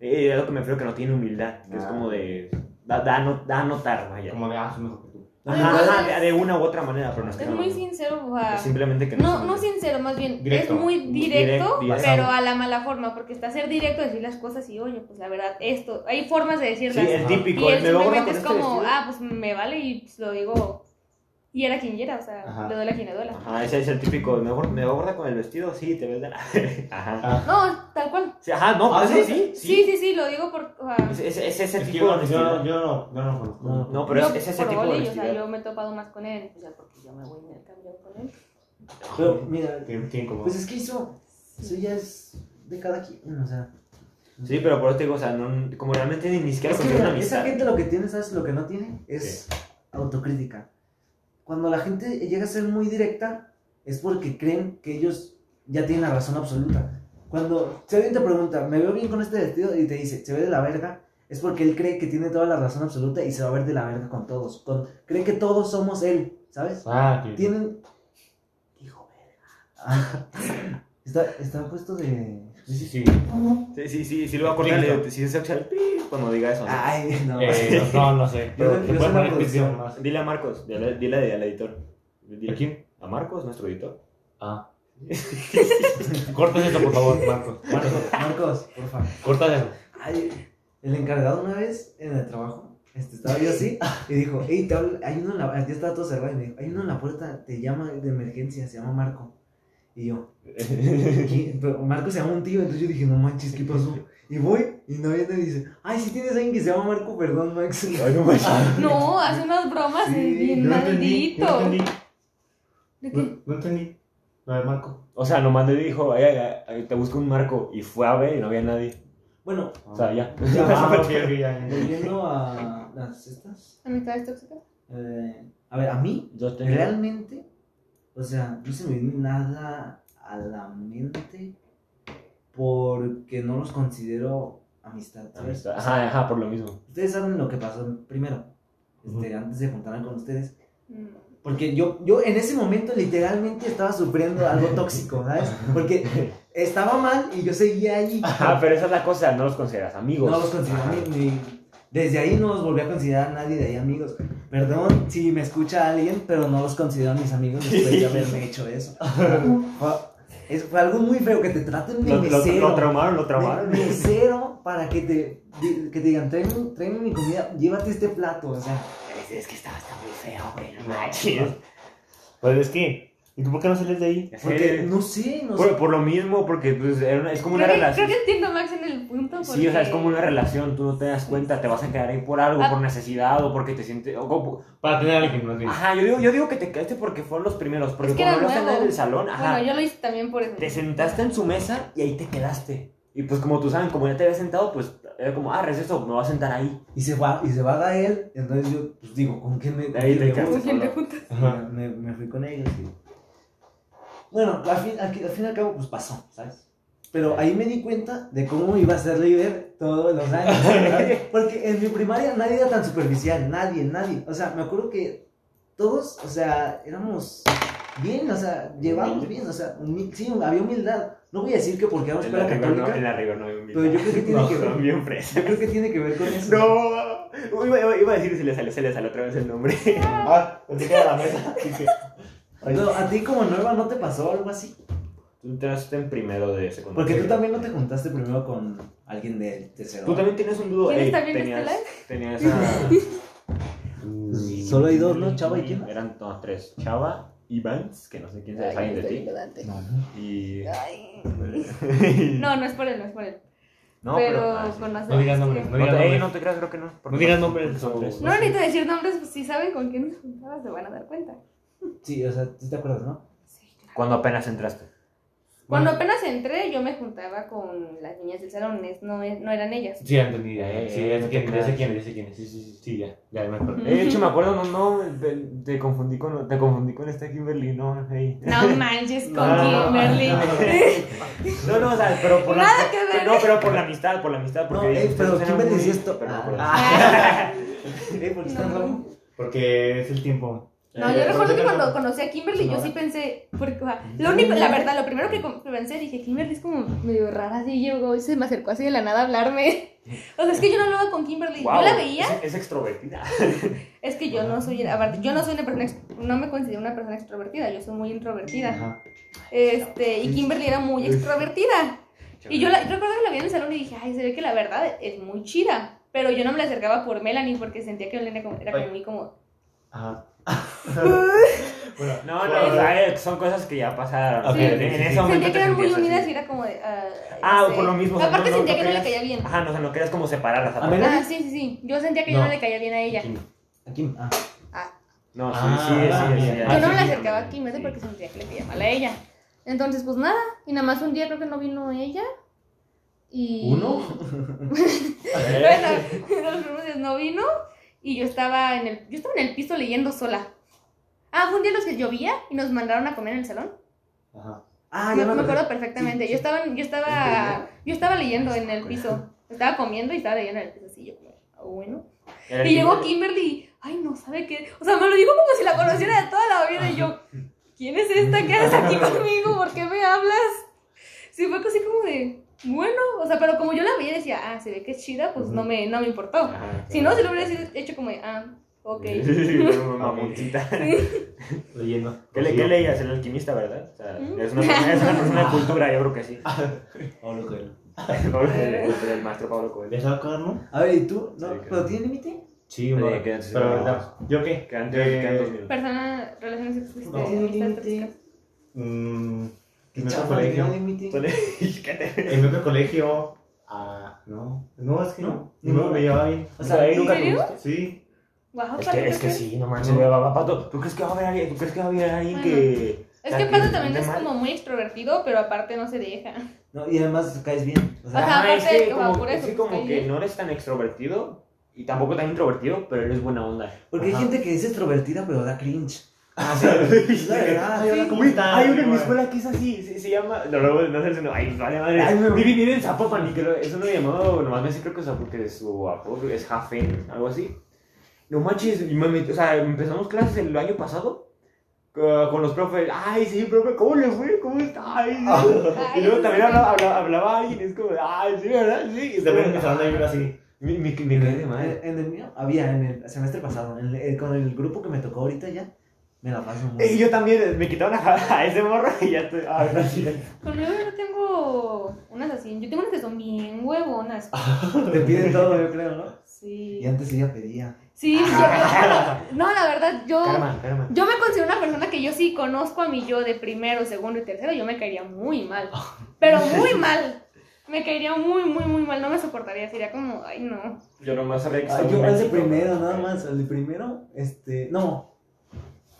Eh, es lo que me refiero que no tiene humildad, que es Ah. como de. da, da a no- da a notar, vaya. Como de, ah, soy mejor que tú. Ajá, Entonces- ajá, de, de una u otra manera, pero no es que Es no- muy sincero, o es sea, Simplemente que No, es no humilde. sincero, más bien. Directo. Es muy Muy directo, direct- pero a la mala forma. Porque está ser directo, decir las cosas y, oye, pues la verdad, esto. Hay formas de decirlas. Sí, el Ajá. y típico, él el me borra con simplemente es este como, vestido. ah, pues me vale y pues, lo digo. Y era quien quiera, o sea, Ajá. le duele a quien le duela. Ajá, ese es el típico, me borra, me borra con el vestido, sí, te ves de la... <laughs> Ajá. Ah, No, tal cual. Sí, ajá, no, Ah, pero ¿sí? eso sí, Sí, sí, sí, lo digo por. O sea, Es, es- es ese es que Este yo, tipo de no- vestido. yo, yo no, yo no lo conozco. No. No, pero es, yo es ese por tipo de Oli, o vestido. sea, yo me he topado más con él, o sea, porque yo me voy a intercambiar con él. Pero, mira, Qué, qué incómodo. pues es que eso, eso ya es de cada quien, o sea. Sí, pero por eso te digo, o sea, no, como realmente ni, ni siquiera Es que considero una mira, esa amistad. gente lo que tiene, ¿sabes lo que no tiene? Es autocrítica. Cuando la gente llega a ser muy directa, es porque creen que ellos ya tienen la razón absoluta. Cuando si alguien te pregunta, ¿me veo bien con este vestido? Y te dice, ¿se ve de la verga? Es porque él cree que tiene toda la razón absoluta y se va a ver de la verga con todos. Con, cree que todos somos él, ¿sabes? Ah, ok. Tienen. Hijo verga. <laughs> está, está puesto de. Sí, sí, sí. Sí, sí, sí, sí lo va a cortar, Listo. le- si es el pi cuando diga eso. ¿no? Ah. <laughs> Ay, no. Eh, no, no sé. Pero Yo- se puede yo soy la poner producción. edición más. Dile a Marcos, dile, dile al editor. Dile. ¿A quién? A Marcos, nuestro editor. Ah. Cortas eso, por favor, <laughs> Marcos. Marcos, Marcos, por favor. Cortas eso. Ay, el encargado una vez en el trabajo, este, estaba yo así, y dijo, hey, te habla- hay uno en la, ya estaba todo cerrado, y me dijo, hay uno en la puerta, te llama de emergencia, se llama Marco. Y yo, "¿Qué?". Pero Marco se llama un tío, entonces yo dije, no manches, ¿qué pasó? Y voy, y no viene y dice, ay, si tienes alguien que se llama Marco, perdón, Max. no manches. No, hace unas bromas Sí, bien Yo no entendí, yo maldito. No entendí. ¿De qué? No, no entendí. Lo de Marco. O sea, nomás le dijo, "Ay, ay, ay, te busco un marco. Y fue a ver y no había nadie. Bueno, O sea, ya. ya, Ah, ok, ok, ya. volviendo a las estas, ¿Amistades tóxicas? eh, a ver, a mí, Yo tenía- Realmente, o sea, no se me viene nada a la mente porque no los considero amistad, ¿sabes? Amistad. Ajá, ajá, por lo mismo. Ustedes saben lo que pasó primero, este, antes de juntarme con ustedes. Mm. Porque yo, yo en ese momento literalmente estaba sufriendo algo tóxico, <laughs> ¿sabes? Porque estaba mal y yo seguía allí. Ajá, Ah, pero esa es la cosa, no los consideras amigos. No los considero Ajá. ni, ni- Desde ahí no los volví a considerar a nadie de ahí amigos. Perdón si me escucha alguien, pero no los considero mis amigos después <laughs> de haberme hecho eso. Fue- es, fue algo muy feo que te traten de Lo, lo- mesero. lo traumaron, lo traumaron. de mesero para que te, di- que te digan, tráeme, tráeme mi comida, llévate este plato. O sea, Es que estaba hasta muy feo, güey, no Pues es que ¿Y tú por qué no sales de ahí? Ya sé. Porque, no sé, no sé. Por, por lo mismo, porque pues, era una- es como una Pues, Creo que, creo relación. que entiendo a Max en el punto. Sí, o sea, es porque- como una relación, tú no te das cuenta, te vas a quedar ahí por algo, Ah. por necesidad o porque te sientes... o como- Para tener a alguien más bien. Ajá, yo digo, yo digo que te quedaste porque fueron los primeros, porque Es que como era no está nuevo. nadie del salón, ajá, Bueno, yo lo hice también por eso. te sentaste en su mesa y ahí te quedaste. Y pues como tú saben, como ya te habías sentado, pues era como, ah, receso, me voy a sentar ahí. Y se va, y se va a él, entonces yo pues digo, ¿con quién me, con quién Ahí te me quedaste. Como voy? gente junta. Ajá. Me, me fui con ellos y... Bueno, al fin, al, al fin y al cabo, pues pasó, ¿sabes? Pero ahí me di cuenta de cómo iba a ser líder todos los años. <laughs> ¿sabes? Porque en mi primaria nadie era tan superficial, nadie, nadie. O sea, me acuerdo que todos, o sea, éramos bien, o sea, llevábamos bien, o sea, humi- sí, había humildad. No voy a decir que porque éramos En la escuela River no, en católica, la River no hay humildad. pero yo creo que tiene No, que son ver. bien <laughs> fresas. Yo creo que tiene que ver con eso. No, iba, iba- iba a decir, se le sale, se le sale otra vez el nombre. Ah, pensé que era la mesa. así que- Ay, Pero a ti como nueva no te pasó algo así. Tú entraste en primero de secundaria. Porque tú también no te juntaste primero con alguien del tercero. Tú también tienes un dudo. ¿Quién ey, está este viendo tenías, <laughs> tenías Mm. a- Solo hay dos, ¿no? Chava y quién? Eran no, tres. Chava y Vance, que no sé quién es alguien de este ti. No, Y. Ay. <laughs> No, no es por él, no es por él. <laughs> No, pero ah, sí. conoces. No digas nombres, no No te, digas ey, nombres. no te creas, creo que no. No digas nombres, Son o- tres. No necesito decir nombres, pues si saben con quién nos juntabas, se van a dar cuenta. Sí, o sea, ¿sí te acuerdas, ¿no? Sí, claro. Cuando apenas entraste. Cuando apenas entré, yo me juntaba con las niñas del salón, es- no, es- no eran ellas. Sí, ya entendí, ya, ya, Eh, sí, ya no sé te quién, ya creas. sé quién, ya sé quién. Sí, sí, sí, sí, ya, ya me acuerdo. Ujú. Eh, De hecho, me acuerdo, no, no, te, te confundí con, te confundí con esta Kimberly, no, hey. <laughs> Ah, No manches con No. Kimberly. No, no, o sea, pero por la, <laughs> Nada que ver. No, pero por la amistad, por la amistad, porque No, eh, ustedes pero eran Kimberly muy- sí esto. pero no me Ah. acuerdo. Ah. Eh, ¿por qué No. estás raro? Porque es el tiempo. No, Eh, yo recuerdo que tenemos- cuando conocí a Kimberly, yo sí pensé, porque, o sea, lo único, la verdad, lo primero que com- pensé, dije, Kimberly es como medio rara, así llegó y se me acercó así de la nada a hablarme. O sea, es que yo no hablaba con Kimberly, Guau, yo la veía, Es, es extrovertida. es que yo no soy, aparte, yo no soy una persona, ex- no me considero una persona extrovertida, yo soy muy introvertida. Ajá. Este, y Kimberly era muy extrovertida. Y yo, la, yo recuerdo que la vi en el salón y dije, ay, se ve que la verdad es muy chida. Pero yo no me la acercaba por Melanie porque sentía que Melanie era como- era como muy como... Ajá. Bueno, No, no, bueno, o sea, eh, son cosas que ya pasaron. Ok, En- sí, en sí, ese sí. momento Sentía que te eran muy sentías unidas así. y era como de... ah, Ah, no sé. por lo mismo. o sea, Aparte no- sentía no que no le querías- caía bien. Ajá, no, o sea, no querías como separarlas. A ver, aparte. Ah, sí, sí, sí. Yo sentía que yo no No. le caía bien a ella. Yo Aquí, ah. No, sí, Ah, sí, sí, ah, sí, sí, bien. sí, no me la sí, acercaba sí, aquí, me hace sí. porque sentía que le caía mal a ella. Entonces, pues nada. Y nada más un día creo que no vino ella. Y... ¿Uno? <laughs> Bueno, <laughs> los primeros días no vino y yo estaba en el, yo estaba en el piso leyendo sola. Ah, fue un día en los que llovía y nos mandaron a comer en el salón. Ajá. <laughs> Ah, me, ya me me acuerdo acuerdo. perfectamente. Sí, Yo estaba, yo estaba, yo estaba leyendo en el piso. Estaba comiendo y estaba leyendo en el piso así. Yo, ah, bueno. Era Y llegó Kimberly. Kimberly. Ay, no sabe qué. O sea, me lo dijo como si la conociera de toda la vida y yo. ¿Quién es esta? ¿Qué haces aquí conmigo? ¿Por qué me hablas? Sí, fue así como de, bueno, o sea, pero como yo la veía decía, ah, se ve que es chida, pues no me, no me importó. Ajá, Si no, si lo hubiera sido- hecho como de, ah, <laughs> ok. Una mamoncita. Leyendo. ¿Qué, le, ¿Qué leías? El alquimista, ¿verdad? O sea, Mm. es una persona, es una persona de cultura, yo creo que sí. Pablo Coelho. Pablo- el, el- el maestro Pablo Coelho. ¿Ya se va a acabar, no? A ver, ¿y tú? No, Sí, claro. ¿Pero tiene límite? Sí, bueno. bueno. Pero ahorita, ¿yo qué? Quedan Eh, tres- quedan dos minutos. Persona, relaciones No. explícitas, amistad tóxica. Mm, ¿Qué en otro chafa, colegio. Eh, tiene límite? <laughs> Cállate. En otro colegio. Ah, no. No, es que no. No. No me llevaba bien. O sea, ahí ¿En nunca serio? Sí. Guau, Es Pato, que, es que creo sí, no manches, güey, va, va, Pato. ¿Tú crees que va a haber alguien, ¿tú crees que va a haber alguien Bueno. que. Es que que Pato ande también es mal? como muy extrovertido, pero aparte no se deja. No, y además caes bien. O sea, Ajá. Ajá, es aparte, que o sea, como, por es eso, que pues, como ahí- que no eres tan extrovertido y tampoco tan introvertido, pero eres buena onda. porque hay Ajá. gente que es extrovertida, pero da cringe. <laughs> Ah, Es la verdad. hola, ¿cómo estás? Hay una en mi Bueno. escuela que es así, se, se llama. No, no, no sé si no. Ay, vale, madre. Ay, me- Vive, vive en Zapopan y que lo- eso no lo llamado. Nomás me hace creo que o sea, porque su apodo es Jafen, algo así. No manches, y me metí- o sea, empezamos clases el año pasado co- con los profes. Ay, sí, profe, ¿cómo le fue? ¿Cómo está? Ay, sí. Ay, y luego eso también sí. hablaba, hablaba, hablaba alguien, es como, ay, sí, ¿verdad? Sí, Y también empezaron a ir <laughs> así. Me, me, me quedé de madre. En el mío, había en el semestre pasado, en el- eh, con el grupo que me tocó ahorita ya, me la paso muy Y yo también me quitaron a, <laughs> a ese morro y ya estoy. <laughs> Ah, gracias. Conmigo yo tengo unas así. Yo Ah. tengo unas que son bien huevonas. Te piden todo, yo creo, ¿no? Sí. Y antes ella pedía. Sí, yo- no, la verdad, yo, Ah. Karma, karma. yo me considero una persona que yo sí conozco a mi yo de primero, segundo y tercero, yo me caería muy mal, pero <laughs> muy mal. Me caería muy, muy, muy mal, no me soportaría, sería como, ay, no. Yo nomás sabía que Ah, estaba yo en al de México. primero, nada más. Al de primero, este. No.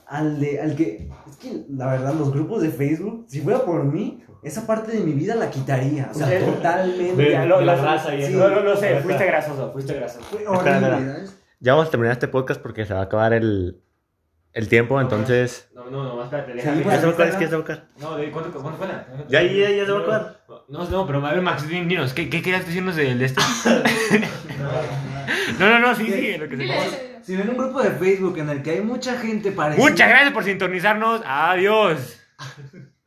Al de. Al que. Es que la verdad, los grupos de Facebook, si fuera por mí, esa parte de mi vida la quitaría. O sea, Sí. totalmente. Ve- Lo- La lo- raza y sí. eso. No, no, no sé, Ya está. fuiste grasoso, fuiste grasoso. Fue Espera, espera. horrible. Ya vamos a terminar este podcast porque se va a acabar el, el tiempo, entonces... No, no, no, más espérate, Sí, déjame. pues. ¿Ya se va a acabar? ¿Es que ya se va a acabar? No, de- ¿cuánto, cuánto cuela? Ya, ya, ya se va a acabar. No, no, pero a ver, Max, din- dinos, ¿qué, qué querías decirnos del de <laughs> esto? no, no, no, sí, sí, lo que se Si ven un grupo de Facebook en el que hay mucha gente parecida. Muchas gracias por sintonizarnos. Adiós.